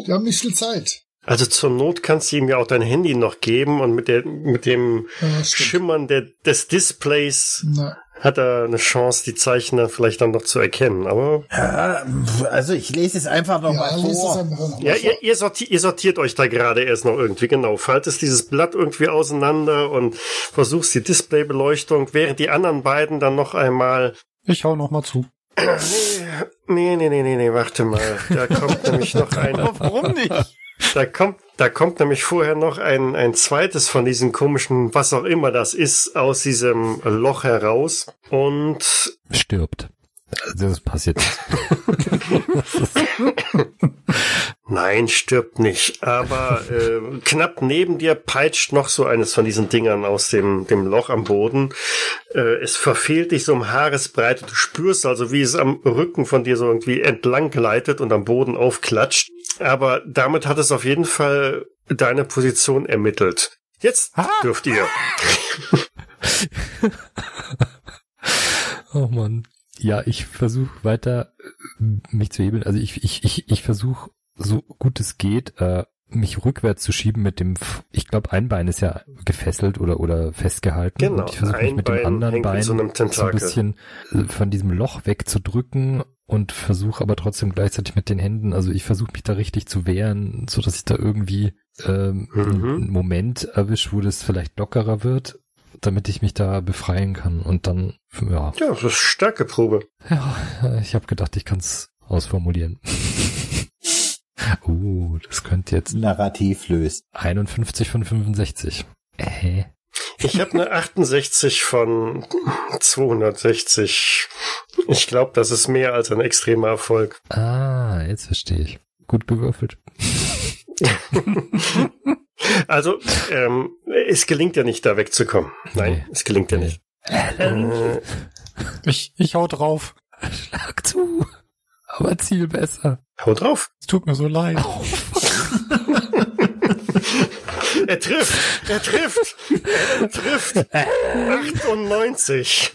[SPEAKER 3] wir haben nicht viel Zeit.
[SPEAKER 1] Also zur Not kannst du ihm ja auch dein Handy noch geben und mit, der, mit dem
[SPEAKER 3] Ja, stimmt. Mhm.
[SPEAKER 1] Schimmern der, des Displays
[SPEAKER 3] Na,
[SPEAKER 1] hat er eine Chance, die Zeichen dann vielleicht dann noch zu erkennen. Aber
[SPEAKER 4] Also ich lese es einfach nochmal
[SPEAKER 3] ja, lies es
[SPEAKER 4] vor.
[SPEAKER 3] einfach noch.
[SPEAKER 1] Ja, ihr, ihr, sorti ihr sortiert euch da gerade erst noch irgendwie, genau. Faltet dieses Blatt irgendwie auseinander und versucht die Displaybeleuchtung, während die anderen beiden dann noch einmal.
[SPEAKER 5] Ich hau noch mal zu.
[SPEAKER 1] Nee, nee, nee, nee, nee, warte mal.
[SPEAKER 5] (laughs)
[SPEAKER 1] Da kommt nämlich noch ein.
[SPEAKER 5] Warum nicht?
[SPEAKER 1] Da kommt, da kommt nämlich vorher noch ein, ein zweites von diesen komischen, was auch immer das ist, aus diesem Loch heraus. Und
[SPEAKER 2] Stirbt. Das passiert nicht.
[SPEAKER 1] nein, stirbt nicht.
[SPEAKER 2] (laughs)
[SPEAKER 1] Aber äh, knapp neben dir peitscht noch so eines von diesen Dingern aus dem, dem Loch am Boden. äh, es verfehlt dich so um Haaresbreite. Du spürst also, wie es am Rücken von dir so irgendwie entlang gleitet und am Boden aufklatscht. Aber damit hat es auf jeden Fall deine Position ermittelt. Jetzt
[SPEAKER 5] Ah.
[SPEAKER 1] dürft ihr.
[SPEAKER 2] Oh Mann. Ja, ich versuche weiter äh, mich zu hebeln. Also ich, ich, ich, ich versuche so gut es geht, äh, mich rückwärts zu schieben mit dem, F- ich glaube, ein Bein ist ja gefesselt oder, oder festgehalten.
[SPEAKER 1] Genau,
[SPEAKER 2] Und ich versuche mich
[SPEAKER 1] ein
[SPEAKER 2] mit
[SPEAKER 1] Bein
[SPEAKER 2] dem anderen
[SPEAKER 1] hängt mit
[SPEAKER 2] Bein
[SPEAKER 1] so einem
[SPEAKER 2] so ein
[SPEAKER 1] Tentakel.
[SPEAKER 2] bisschen äh, von diesem Loch wegzudrücken und versuche aber trotzdem gleichzeitig mit den Händen, also ich versuche mich da richtig zu wehren, so dass ich da irgendwie ähm,
[SPEAKER 1] Mhm.
[SPEAKER 2] einen Moment erwische, wo das vielleicht lockerer wird, damit ich mich da befreien kann und dann, ja,
[SPEAKER 1] Ja, das ist starke Probe.
[SPEAKER 2] ja, Äh, ich habe gedacht, ich kann's ausformulieren. (laughs) oh, das könnte jetzt
[SPEAKER 4] Narrativ löst.
[SPEAKER 2] 51 von 65. Hä?
[SPEAKER 1] Ich habe eine 68 von 260. Ich glaube, das ist mehr als ein extremer Erfolg.
[SPEAKER 2] Ah, jetzt verstehe ich. Gut gewürfelt. (laughs)
[SPEAKER 1] Also, ähm, es gelingt ja nicht, da wegzukommen. Nein,
[SPEAKER 2] Nee.
[SPEAKER 1] es gelingt ja nicht. Äh,
[SPEAKER 5] Ich, ich hau drauf.
[SPEAKER 2] Schlag zu. Aber Ziel besser.
[SPEAKER 1] hau drauf.
[SPEAKER 5] Es tut mir so leid.
[SPEAKER 1] Er trifft, er trifft, er trifft. 98.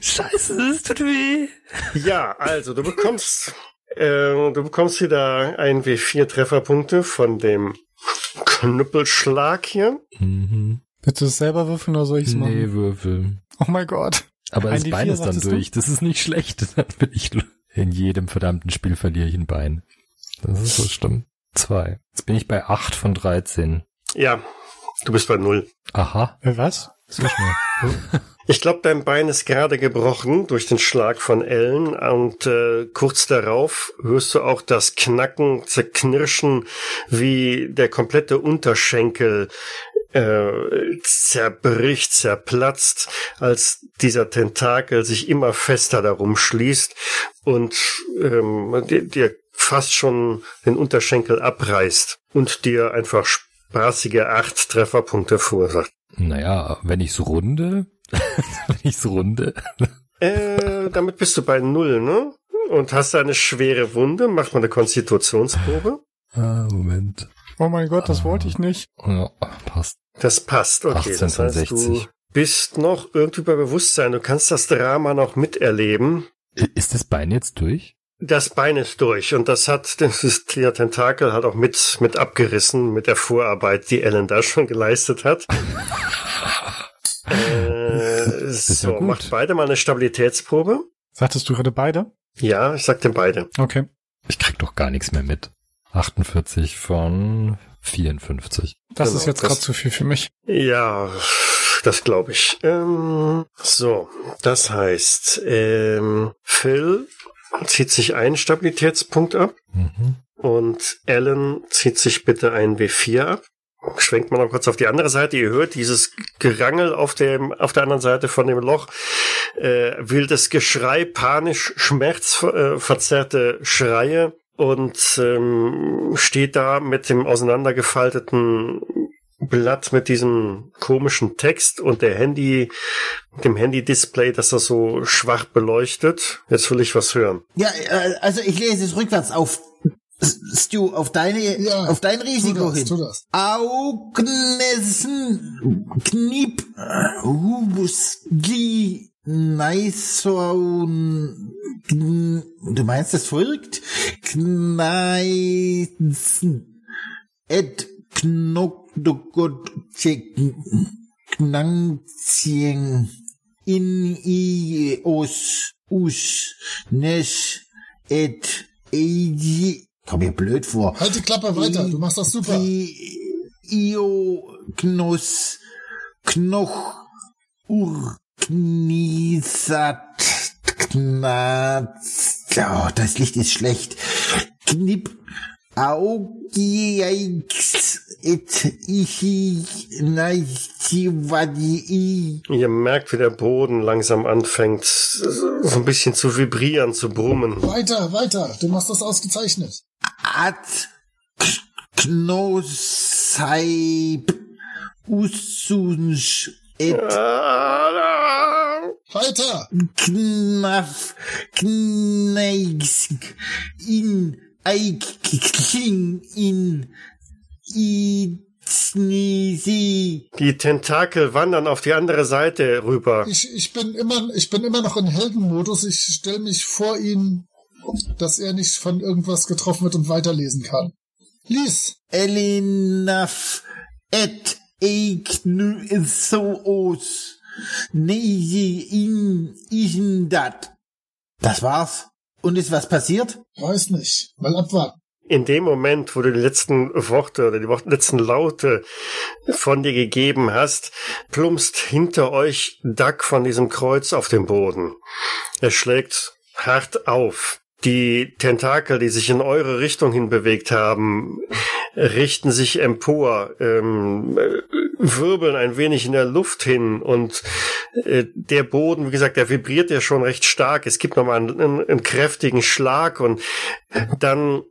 [SPEAKER 2] Scheiße, es tut weh.
[SPEAKER 1] Ja, also du bekommst, äh, du bekommst wieder ein W4 Trefferpunkte von dem Knüppelschlag hier.
[SPEAKER 2] Mhm.
[SPEAKER 5] Willst du es selber würfeln oder soll ich es
[SPEAKER 2] Nee,
[SPEAKER 5] machen?
[SPEAKER 2] Würfel.
[SPEAKER 5] Oh mein Gott.
[SPEAKER 2] Aber
[SPEAKER 5] Ein
[SPEAKER 2] das
[SPEAKER 5] D4
[SPEAKER 2] Bein ist dann
[SPEAKER 5] sagtest du?
[SPEAKER 2] durch. Das ist nicht schlecht. (laughs) Dann bin ich in jedem verdammten Spiel verliere ich ein Bein. Das ist so schlimm. Zwei. Jetzt bin ich bei acht von 13.
[SPEAKER 1] Ja, du bist bei null.
[SPEAKER 2] Aha.
[SPEAKER 5] Äh, was?
[SPEAKER 2] So schnell.
[SPEAKER 1] Ich glaube, dein Bein ist gerade gebrochen durch den Schlag von Ellen und äh, kurz darauf hörst du auch das Knacken, Zerknirschen, wie der komplette Unterschenkel äh, zerbricht, zerplatzt, als dieser Tentakel sich immer fester darum schließt und ähm, dir, dir fast schon den Unterschenkel abreißt und dir einfach spaßige acht Trefferpunkte verursacht.
[SPEAKER 2] Naja, wenn ich's runde, (laughs) wenn ich's runde.
[SPEAKER 1] Äh, damit bist du bei null, ne? Und hast eine schwere Wunde, mach mal eine Konstitutionsprobe.
[SPEAKER 2] Ah, Moment.
[SPEAKER 5] Oh mein Gott, das wollte ich nicht.
[SPEAKER 2] Ja, passt.
[SPEAKER 1] Das passt, okay.
[SPEAKER 2] 18
[SPEAKER 1] das
[SPEAKER 2] von
[SPEAKER 1] heißt,
[SPEAKER 2] 60.
[SPEAKER 1] du bist noch irgendwie bei Bewusstsein, du kannst das Drama noch miterleben.
[SPEAKER 2] I- Ist das Bein jetzt durch?
[SPEAKER 1] Das Bein ist durch und das hat (laughs) das ist, der Tentakel hat auch mit, mit abgerissen mit der Vorarbeit, die Ellen da schon geleistet
[SPEAKER 2] (laughs)
[SPEAKER 1] hat. äh,
[SPEAKER 2] ist ja
[SPEAKER 1] so,
[SPEAKER 2] gut.
[SPEAKER 1] macht beide mal eine Stabilitätsprobe.
[SPEAKER 5] Sagtest du gerade beide?
[SPEAKER 1] Ja, ich sagte beide.
[SPEAKER 5] Okay.
[SPEAKER 2] Ich krieg doch gar nichts mehr mit. 48 von 54.
[SPEAKER 5] Das
[SPEAKER 1] Genau,
[SPEAKER 5] ist jetzt
[SPEAKER 1] das-
[SPEAKER 5] gerade zu viel für mich.
[SPEAKER 1] Ja, das glaube ich. Ähm, so, das heißt, ähm, Phil zieht sich einen Stabilitätspunkt ab
[SPEAKER 2] Mhm.
[SPEAKER 1] und Ellen zieht sich bitte einen W4 ab. Schwenkt man noch kurz auf die andere Seite. Ihr hört dieses Gerangel auf dem, auf der anderen Seite von dem Loch. Äh, wildes Geschrei, panisch, schmerzverzerrte äh, verzerrte Schreie und ähm, steht da mit dem auseinandergefalteten Blatt mit diesem komischen Text und der Handy, dem Handy-Display, das das so schwach beleuchtet. Jetzt will ich was hören.
[SPEAKER 4] Ja, äh, also ich lese es rückwärts auf. S- Stu, auf deine,
[SPEAKER 3] Ja,
[SPEAKER 4] auf dein Risiko
[SPEAKER 3] das, tu
[SPEAKER 4] hin.
[SPEAKER 3] das.
[SPEAKER 4] Augnessen, Kniep, Hubus, Gli, Neisaun, Gn- du meinst das folgt? Kneizen, et Knokdogotschek, Knangzien, in i os, us, nes, et, eiji, komm mir blöd vor.
[SPEAKER 3] Halt die Klappe weiter, du machst das super.
[SPEAKER 4] Die Ioknos Knoch Urknisat Knatz. Oh, das Licht ist schlecht. Knipp Augieix et ichi naichivadii.
[SPEAKER 1] Ihr merkt, wie der Boden langsam anfängt, so ein bisschen zu vibrieren, zu brummen.
[SPEAKER 3] Weiter, weiter, du machst das ausgezeichnet.
[SPEAKER 4] at knosaib usunsch et
[SPEAKER 3] Weiter!
[SPEAKER 4] knaf kneigs in eikling in itznisi
[SPEAKER 1] Die Tentakel wandern auf die andere Seite rüber.
[SPEAKER 3] Ich, ich, bin immer, ich bin immer noch in Heldenmodus. Ich stelle mich vor ihn, dass er nicht von irgendwas getroffen wird und weiterlesen kann. Lies!
[SPEAKER 4] elinaf et eiknu soos nisi in isindat. Das war's. Und ist was passiert?
[SPEAKER 3] Weiß nicht. Mal abwarten.
[SPEAKER 1] In dem Moment, wo du die letzten Worte oder die Wort- letzten Laute von dir gegeben hast, plumpst hinter euch Duck von diesem Kreuz auf den Boden. Er schlägt hart auf. Die Tentakel, die sich in eure Richtung hin bewegt haben, richten sich empor, ähm, äh, wirbeln ein wenig in der Luft hin und äh, der Boden, wie gesagt, der vibriert ja schon recht stark. Es gibt nochmal einen, einen, einen kräftigen Schlag und dann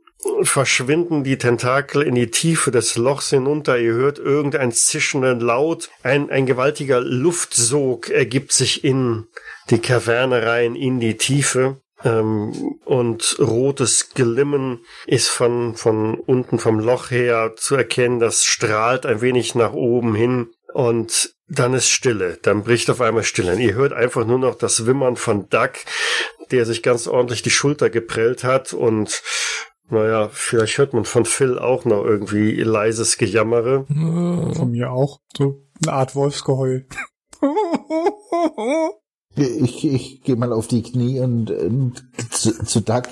[SPEAKER 1] verschwinden die Tentakel in die Tiefe des Lochs hinunter. Ihr hört irgendein zischenden Laut. Ein, ein gewaltiger Luftsog ergibt sich in die Kaverne rein, in die Tiefe. Ähm, und rotes Glimmen ist von, von unten vom Loch her zu erkennen. Das strahlt ein wenig nach oben hin. Und dann ist Stille. Dann bricht auf einmal Stille. Ihr hört einfach nur noch das Wimmern von Duck, der sich ganz ordentlich die Schulter geprellt hat und naja, vielleicht hört man von Phil auch noch irgendwie leises Gejammere.
[SPEAKER 5] Von mir auch. So eine Art Wolfsgeheul. (laughs)
[SPEAKER 4] Ich, ich gehe mal auf die Knie und, und zu, zu Doug.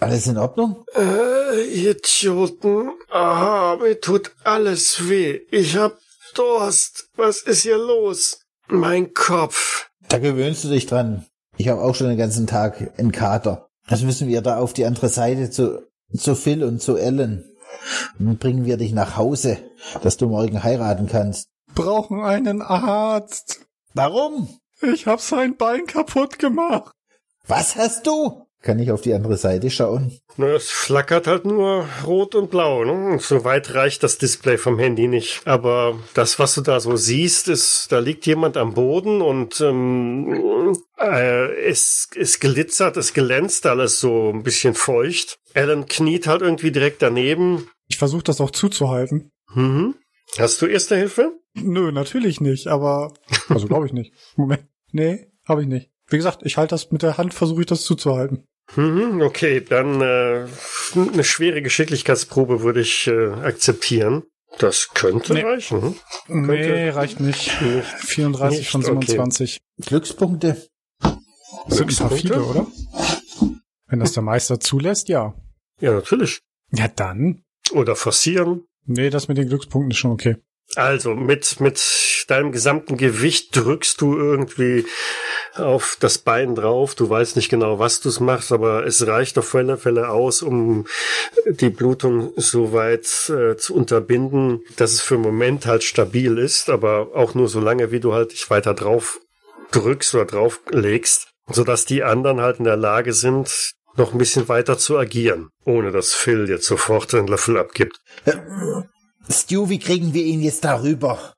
[SPEAKER 4] Alles in Ordnung?
[SPEAKER 1] Äh, Idioten. Aha, mir tut alles weh. Ich hab Durst. Was ist hier los? Mein Kopf.
[SPEAKER 4] Da gewöhnst du dich dran. Ich habe auch schon den ganzen Tag einen Kater. Das müssen wir da auf die andere Seite zu, zu Phil und zu Ellen. Nun bringen wir dich nach Hause, dass du morgen heiraten kannst.
[SPEAKER 5] Brauchen einen Arzt.
[SPEAKER 4] Warum?
[SPEAKER 5] Ich hab sein Bein kaputt gemacht.
[SPEAKER 4] Was hast du? Kann ich auf die andere Seite schauen?
[SPEAKER 1] Na, es flackert halt nur rot und blau. Ne? So weit reicht das Display vom Handy nicht. Aber das, was du da so siehst, ist, da liegt jemand am Boden und ähm, äh, es, es glitzert, es glänzt alles so ein bisschen feucht. Alan kniet halt irgendwie direkt daneben.
[SPEAKER 5] Ich versuche das auch zuzuhalten.
[SPEAKER 1] Mhm. Hast du erste Hilfe?
[SPEAKER 5] Nö, natürlich nicht, aber. Also glaube ich nicht. (laughs) Moment. Nee, habe ich nicht. Wie gesagt, ich halte das mit der Hand, versuche ich das zuzuhalten.
[SPEAKER 1] Mhm, okay, dann äh, eine schwere Geschicklichkeitsprobe würde ich äh, akzeptieren. Das könnte
[SPEAKER 5] Nee.
[SPEAKER 1] reichen. Mhm.
[SPEAKER 5] Nee, reicht nicht.
[SPEAKER 1] Nicht.
[SPEAKER 5] 34 von
[SPEAKER 1] Nicht, okay.
[SPEAKER 5] 27.
[SPEAKER 4] Glückspunkte?
[SPEAKER 5] Das sind ein paar
[SPEAKER 1] Glückspunkte?
[SPEAKER 5] viele, oder? Wenn das der Meister zulässt, ja.
[SPEAKER 1] Ja, natürlich.
[SPEAKER 5] Ja, dann.
[SPEAKER 1] Oder forcieren.
[SPEAKER 5] Nee, das mit den Glückspunkten ist schon okay.
[SPEAKER 1] Also mit, mit deinem gesamten Gewicht drückst du irgendwie auf das Bein drauf. Du weißt nicht genau, was du es machst, aber es reicht auf alle Fälle aus, um die Blutung so weit äh, zu unterbinden, dass es für einen Moment halt stabil ist, aber auch nur so lange, wie du halt dich weiter drauf drückst oder drauf legst, sodass die anderen halt in der Lage sind, noch ein bisschen weiter zu agieren, ohne dass Phil jetzt sofort den Löffel abgibt.
[SPEAKER 4] Stu, wie kriegen wir ihn jetzt darüber?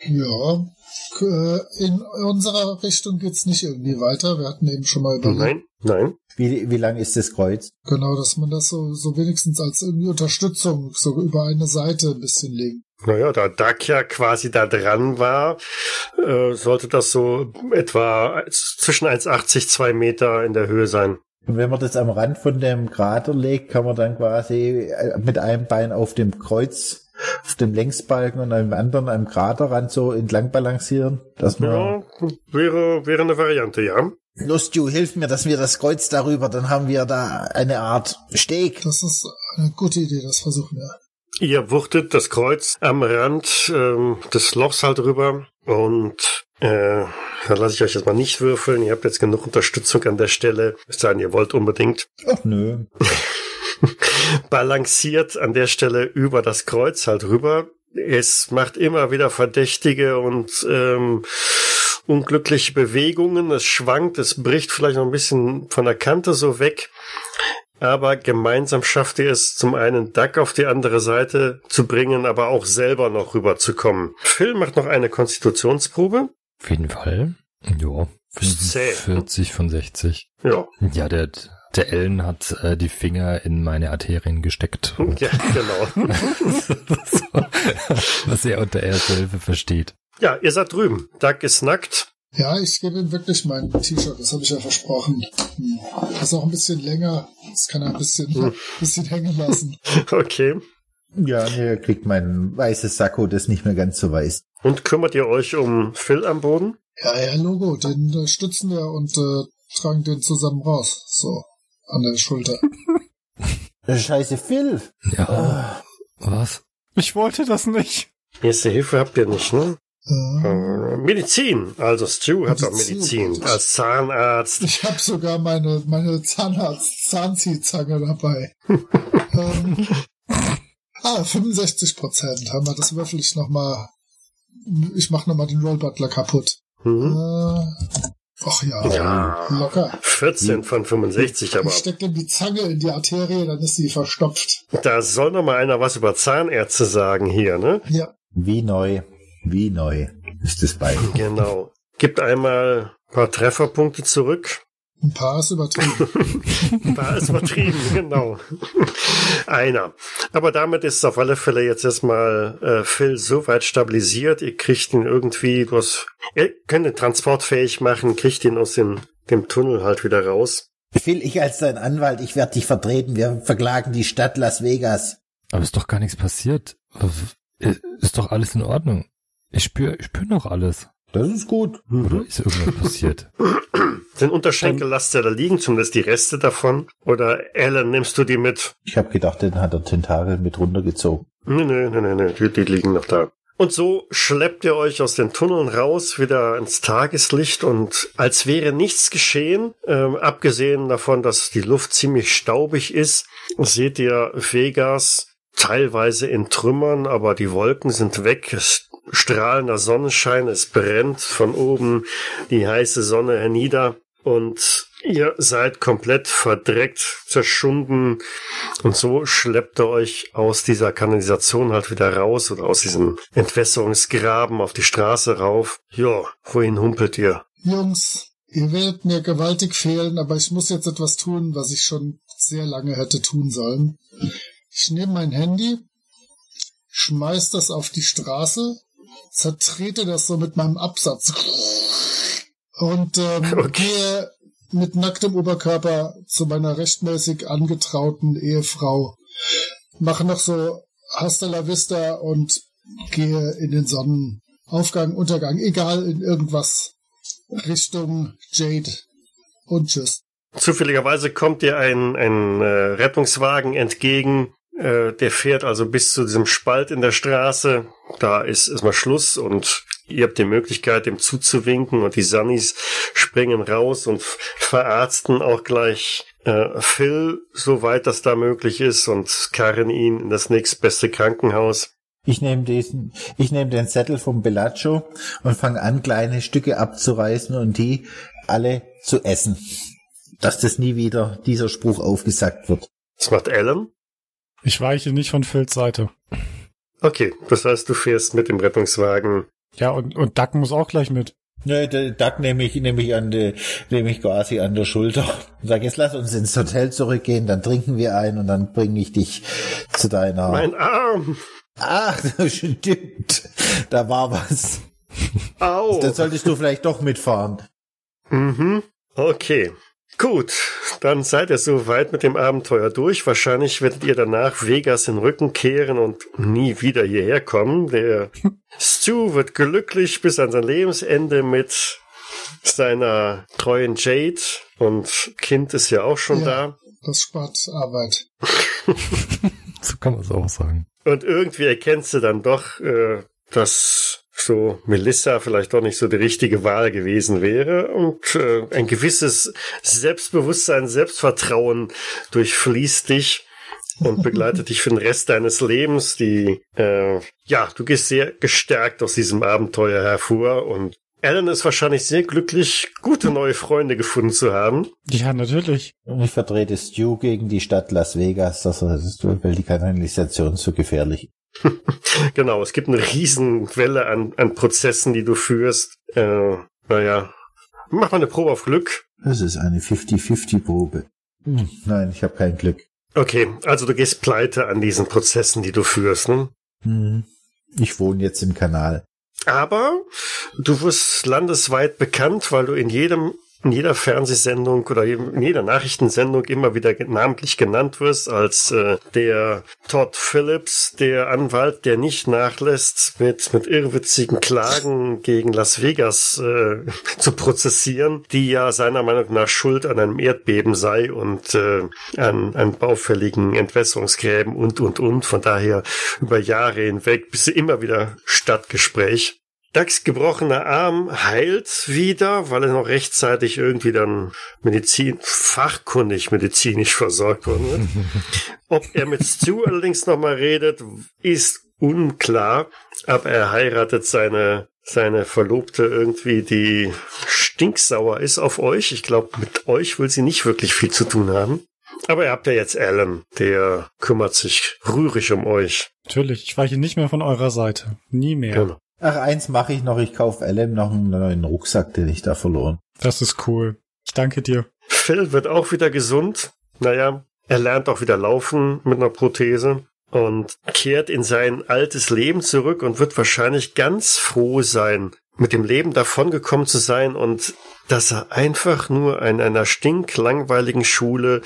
[SPEAKER 3] Ja. K- äh, In unserer Richtung geht's nicht irgendwie weiter. Wir hatten eben schon mal überlegt,
[SPEAKER 1] Nein, nein.
[SPEAKER 4] Wie, wie lang ist das Kreuz?
[SPEAKER 3] genau, dass man das so, so wenigstens als irgendwie Unterstützung so über eine Seite ein bisschen legen.
[SPEAKER 1] Naja, da Duck ja quasi da dran war, äh, sollte das so etwa zwischen 1,80, 2 Meter in der Höhe sein.
[SPEAKER 4] Und wenn man das am Rand von dem Krater legt, kann man dann quasi äh, mit einem Bein auf dem Kreuz, auf dem Längsbalken und einem anderen am Kraterrand so entlang balancieren, dass man
[SPEAKER 1] Ja, wäre, wäre eine Variante, ja.
[SPEAKER 4] Los, Stu, hilf mir, dass wir das Kreuz darüber, dann haben wir da eine Art Steg.
[SPEAKER 3] Das ist eine gute Idee, das versuchen wir.
[SPEAKER 1] Ihr wuchtet das Kreuz am Rand ähm, des Lochs halt rüber und äh, da lasse ich euch jetzt mal nicht würfeln. Ihr habt jetzt genug Unterstützung an der Stelle. Es sei denn, ihr wollt unbedingt.
[SPEAKER 4] Ach nö.
[SPEAKER 1] balanciert an der Stelle über das Kreuz halt rüber. Es macht immer wieder verdächtige und ähm, unglückliche Bewegungen. Es schwankt, es bricht vielleicht noch ein bisschen von der Kante so weg. Aber gemeinsam schafft ihr es, zum einen Duck auf die andere Seite zu bringen, aber auch selber noch rüberzukommen. Phil macht noch eine Konstitutionsprobe.
[SPEAKER 2] Auf jeden Fall. Ja.
[SPEAKER 1] Bis zehn.
[SPEAKER 2] 40 von 60.
[SPEAKER 1] Ja, (laughs)
[SPEAKER 2] Ja, der, der Ellen hat äh, die Finger in meine Arterien (laughs) gesteckt.
[SPEAKER 1] ja genau.
[SPEAKER 2] was er unter Erste Hilfe versteht.
[SPEAKER 1] ja, ihr seid drüben. Duck ist nackt.
[SPEAKER 3] Ja, ich gebe ihm wirklich mein T-Shirt, das habe ich ja versprochen. Hm. Das ist auch ein bisschen länger. Das kann er ein bisschen, (laughs) bisschen hängen lassen.
[SPEAKER 1] Okay.
[SPEAKER 4] Ja, nee, kriegt mein weißes Sakko, das nicht mehr ganz so weiß.
[SPEAKER 1] Und kümmert ihr euch um Phil am Boden?
[SPEAKER 3] Ja, ja, Logo, den äh, stützen wir und äh, tragen den zusammen raus. So, an der Schulter.
[SPEAKER 4] Scheiße, Phil.
[SPEAKER 2] Ja. Was?
[SPEAKER 5] Ich wollte das nicht.
[SPEAKER 1] Erste Hilfe habt ihr nicht, ne?
[SPEAKER 3] Äh,
[SPEAKER 1] Äh, Medizin. Also Stu hat auch
[SPEAKER 3] Medizin.
[SPEAKER 1] Medizin. Als Zahnarzt.
[SPEAKER 3] ich habe sogar meine, meine Zahnarzt-Zahnziehzange
[SPEAKER 1] (laughs)
[SPEAKER 3] dabei. ähm, ah, 65 Prozent. Haben wir das würfel ich nochmal. Ich mache nochmal den Roll Butler kaputt.
[SPEAKER 1] Hm?
[SPEAKER 3] Äh, ach ja,
[SPEAKER 1] Ja.
[SPEAKER 3] locker.
[SPEAKER 1] 14 von 65, aber
[SPEAKER 3] Ich stecke ihm die Zange in die Arterie, dann ist sie verstopft.
[SPEAKER 1] da soll noch mal einer was über Zahnärzte sagen hier, ne?
[SPEAKER 3] Ja,
[SPEAKER 4] Wie neu, wie neu ist das Bein.
[SPEAKER 1] Genau. Gibt einmal ein paar Trefferpunkte zurück.
[SPEAKER 3] ein paar ist übertrieben.
[SPEAKER 1] War es übertrieben, genau. Einer. Aber damit ist auf alle Fälle jetzt erstmal äh, Phil so weit stabilisiert. Ihr kriegt ihn irgendwie, du hast, ihr könnt ihn transportfähig machen, kriegt ihn aus dem, dem Tunnel halt wieder raus.
[SPEAKER 4] Phil, ich als dein Anwalt, ich werde dich vertreten. Wir verklagen die Stadt Las Vegas.
[SPEAKER 2] Aber ist doch gar nichts passiert. äh, Ist doch alles in Ordnung. Ich spüre ich spür noch alles.
[SPEAKER 4] Das ist gut.
[SPEAKER 2] Oder ist irgendwas passiert?
[SPEAKER 1] Den Unterschenkel lasst ihr da liegen, zumindest die Reste davon. Oder Alan, nimmst du die mit?
[SPEAKER 4] Ich habe gedacht, den hat der Tentakel mit runtergezogen.
[SPEAKER 1] Nö, nö, nö, nö, nö, die, die liegen noch da. Und so schleppt ihr euch aus den Tunneln raus, wieder ins Tageslicht und als wäre nichts geschehen, ähm, abgesehen davon, dass die Luft ziemlich staubig ist, seht ihr Vegas teilweise in Trümmern, aber die Wolken sind weg, es strahlender Sonnenschein, es brennt von oben die heiße Sonne hernieder und ihr seid komplett verdreckt, zerschunden und so schleppt ihr euch aus dieser Kanalisation halt wieder raus oder aus diesem Entwässerungsgraben auf die Straße rauf. Ja, wohin humpelt ihr?
[SPEAKER 3] Jungs, ihr werdet mir gewaltig fehlen, aber ich muss jetzt etwas tun, was ich schon sehr lange hätte tun sollen. Ich nehme mein Handy, schmeiß das auf die Straße, zertrete das so mit meinem Absatz und ähm,
[SPEAKER 1] Okay.
[SPEAKER 3] gehe mit nacktem Oberkörper zu meiner rechtmäßig angetrauten Ehefrau, mache noch so Hasta la Vista und gehe in den Sonnenaufgang, Untergang, egal in irgendwas Richtung Jade und tschüss.
[SPEAKER 1] Zufälligerweise kommt dir ein, ein äh, Rettungswagen entgegen. Äh, der fährt also bis zu diesem Spalt in der Straße. Da ist erstmal Schluss und ihr habt die Möglichkeit, dem zuzuwinken und die Sunnies springen raus und verarzten auch gleich äh, Phil, soweit das da möglich ist, und karren ihn in das nächstbeste Krankenhaus.
[SPEAKER 4] Ich nehme diesen, ich nehme den Zettel vom Bellaccio und fange an, kleine Stücke abzureißen und die alle zu essen. Dass das nie wieder dieser Spruch aufgesagt wird.
[SPEAKER 1] Das macht Alan.
[SPEAKER 5] Ich weiche nicht von Phils Seite.
[SPEAKER 1] Okay, das heißt, du fährst mit dem Rettungswagen
[SPEAKER 5] Ja, und, und Duck muss auch gleich mit.
[SPEAKER 4] Nö, den Duck nehme ich, nehme ich an die, nehme ich quasi an der Schulter und sage, jetzt lass uns ins Hotel zurückgehen, dann trinken wir ein und dann bringe ich dich zu deiner.
[SPEAKER 1] mein Arm.
[SPEAKER 4] Ach, das (laughs) stimmt. Da war was.
[SPEAKER 1] Au.
[SPEAKER 4] Dann solltest du vielleicht doch mitfahren.
[SPEAKER 1] Mhm. Okay. Gut, dann seid ihr soweit mit dem Abenteuer durch. Wahrscheinlich werdet ihr danach Vegas in den Rücken kehren und nie wieder hierher kommen. Der Stu wird glücklich bis an sein Lebensende mit seiner treuen Jade und Kind ist ja auch schon
[SPEAKER 3] Ja.
[SPEAKER 1] da.
[SPEAKER 3] Das spart Arbeit.
[SPEAKER 2] (laughs) So kann man es auch sagen.
[SPEAKER 1] Und irgendwie erkennst du dann doch, äh, dass so Melissa vielleicht doch nicht so die richtige Wahl gewesen wäre und äh, ein gewisses Selbstbewusstsein, Selbstvertrauen durchfließt dich und begleitet dich für den Rest deines Lebens. Die äh, ja, du gehst sehr gestärkt aus diesem Abenteuer hervor und Alan ist wahrscheinlich sehr glücklich, gute neue Freunde gefunden zu haben.
[SPEAKER 5] Ja, natürlich.
[SPEAKER 4] Und ich vertrete Stu gegen die Stadt Las Vegas, das ist, weil die Kanalisation zu gefährlich ist.
[SPEAKER 1] Genau, es gibt eine Riesenwelle an, an Prozessen, die du führst. Äh, naja, mach mal eine Probe auf Glück.
[SPEAKER 4] Das ist eine 50-50-Probe. Hm, nein, ich habe kein Glück.
[SPEAKER 1] Okay, also du gehst pleite an diesen Prozessen, die du führst. Ne?
[SPEAKER 4] Hm. Ich wohne jetzt im Kanal.
[SPEAKER 1] Aber du wirst landesweit bekannt, weil du in jedem in jeder Fernsehsendung oder in jeder Nachrichtensendung immer wieder ge- namentlich genannt wirst als äh, der Todd Phillips, der Anwalt, der nicht nachlässt, mit, mit irrwitzigen Klagen gegen Las Vegas äh, (laughs) zu prozessieren, die ja seiner Meinung nach schuld an einem Erdbeben sei und äh, an, an baufälligen Entwässerungsgräben und, und, und. Von daher über Jahre hinweg bist du immer wieder Stadtgespräch. Dax gebrochener Arm heilt wieder, weil er noch rechtzeitig irgendwie dann medizin, fachkundig medizinisch versorgt worden wird. Ob er mit Stu allerdings nochmal redet, ist unklar, aber er heiratet seine, seine Verlobte irgendwie, die stinksauer ist auf euch. Ich glaube, mit euch will sie nicht wirklich viel zu tun haben. Aber ihr habt ja jetzt Alan, der kümmert sich rührig um euch.
[SPEAKER 5] Natürlich. Ich weiche nicht mehr von eurer Seite. Nie mehr.
[SPEAKER 1] Genau.
[SPEAKER 4] Ach, eins mache ich noch. Ich kaufe LM noch einen neuen Rucksack, den ich da verloren.
[SPEAKER 5] Das ist cool. Ich danke dir.
[SPEAKER 1] Phil wird auch wieder gesund. Naja, er lernt auch wieder laufen mit einer Prothese und kehrt in sein altes Leben zurück und wird wahrscheinlich ganz froh sein, mit dem Leben davongekommen zu sein und dass er einfach nur an einer stinklangweiligen Schule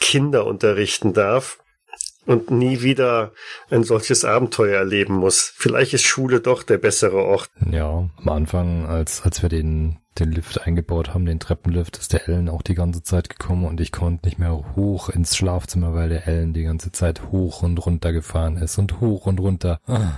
[SPEAKER 1] Kinder unterrichten darf und nie wieder ein solches Abenteuer erleben muss. Vielleicht ist Schule doch der bessere Ort.
[SPEAKER 2] Ja, am Anfang, als, als wir den, den Lift eingebaut haben, den Treppenlift, ist der Ellen auch die ganze Zeit gekommen und ich konnte nicht mehr hoch ins Schlafzimmer, weil der Ellen die ganze Zeit hoch und runter gefahren ist und hoch und runter. Ah.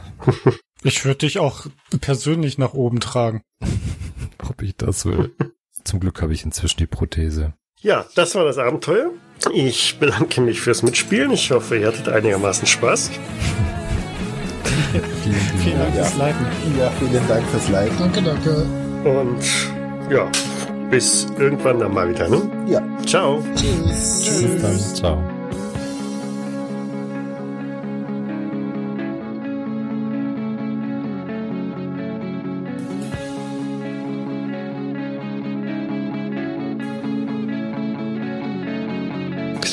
[SPEAKER 5] Ich würde dich auch persönlich nach oben tragen.
[SPEAKER 2] (laughs) Ob ich das (laughs) will. Zum Glück habe ich inzwischen die Prothese.
[SPEAKER 6] Ja, das war das Abenteuer. Ich bedanke mich fürs Mitspielen. Ich hoffe, ihr hattet einigermaßen Spaß.
[SPEAKER 2] Vielen, vielen
[SPEAKER 5] Vielen Dank
[SPEAKER 7] Ja.
[SPEAKER 5] fürs Leiten.
[SPEAKER 7] Ja, vielen Dank fürs Leiten.
[SPEAKER 3] Danke, danke.
[SPEAKER 6] Und ja, bis irgendwann dann mal wieder. Ne?
[SPEAKER 7] Ja.
[SPEAKER 6] Ciao.
[SPEAKER 3] Tschüss.
[SPEAKER 2] Bis dann. Ciao.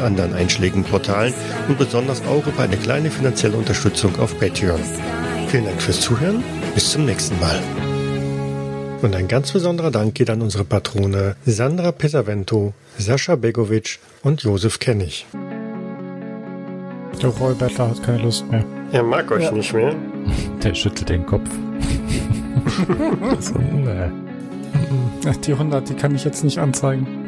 [SPEAKER 6] anderen einschlägigen Portalen und besonders auch über eine kleine finanzielle Unterstützung auf Patreon. Vielen Dank fürs Zuhören, bis zum nächsten Mal. Und ein ganz besonderer Dank geht an unsere Patrone Sandra Pesavento, Sascha Begovic und Josef Kennig.
[SPEAKER 5] Der Rollbettler hat keine Lust mehr.
[SPEAKER 6] Er mag euch nicht mehr.
[SPEAKER 2] Der schüttelt den Kopf. (laughs) so, ne.
[SPEAKER 5] Ach, Die 100, die kann ich jetzt nicht anzeigen.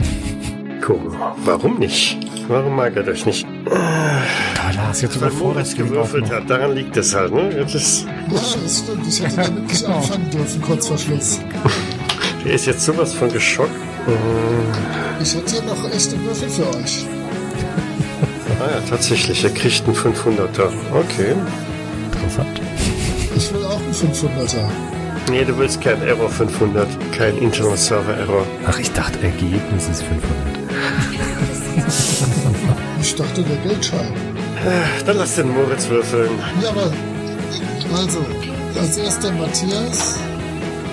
[SPEAKER 6] Komisch. Warum nicht? Warum mag er euch nicht?
[SPEAKER 5] Da ist jetzt
[SPEAKER 6] Weil Moritz gewürfelt
[SPEAKER 5] ne?
[SPEAKER 6] hat, daran liegt es halt, ne? Jetzt ist,
[SPEAKER 3] Ja, das stimmt. Ich hätte damit nicht anfangen dürfen, kurz vor Schluss.
[SPEAKER 6] der ist jetzt sowas von geschockt.
[SPEAKER 3] Ich hätte hier noch echte Würfel für euch.
[SPEAKER 6] Ah ja, tatsächlich, er kriegt einen 500er. Okay.
[SPEAKER 2] Interessant.
[SPEAKER 3] Ich will auch einen 500er.
[SPEAKER 6] Nee, du willst kein Error 500, kein Internal Server Error.
[SPEAKER 2] Ach, ich dachte, Ergebnis ist 500.
[SPEAKER 3] Ich dachte, der Geldschein.
[SPEAKER 6] Dann lass den Moritz würfeln.
[SPEAKER 3] Ja, aber... Also, als erster Matthias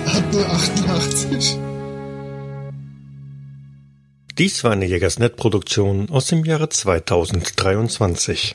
[SPEAKER 3] hat nur 88.
[SPEAKER 6] Dies war eine Jägersnet-Produktion aus dem Jahre 2023.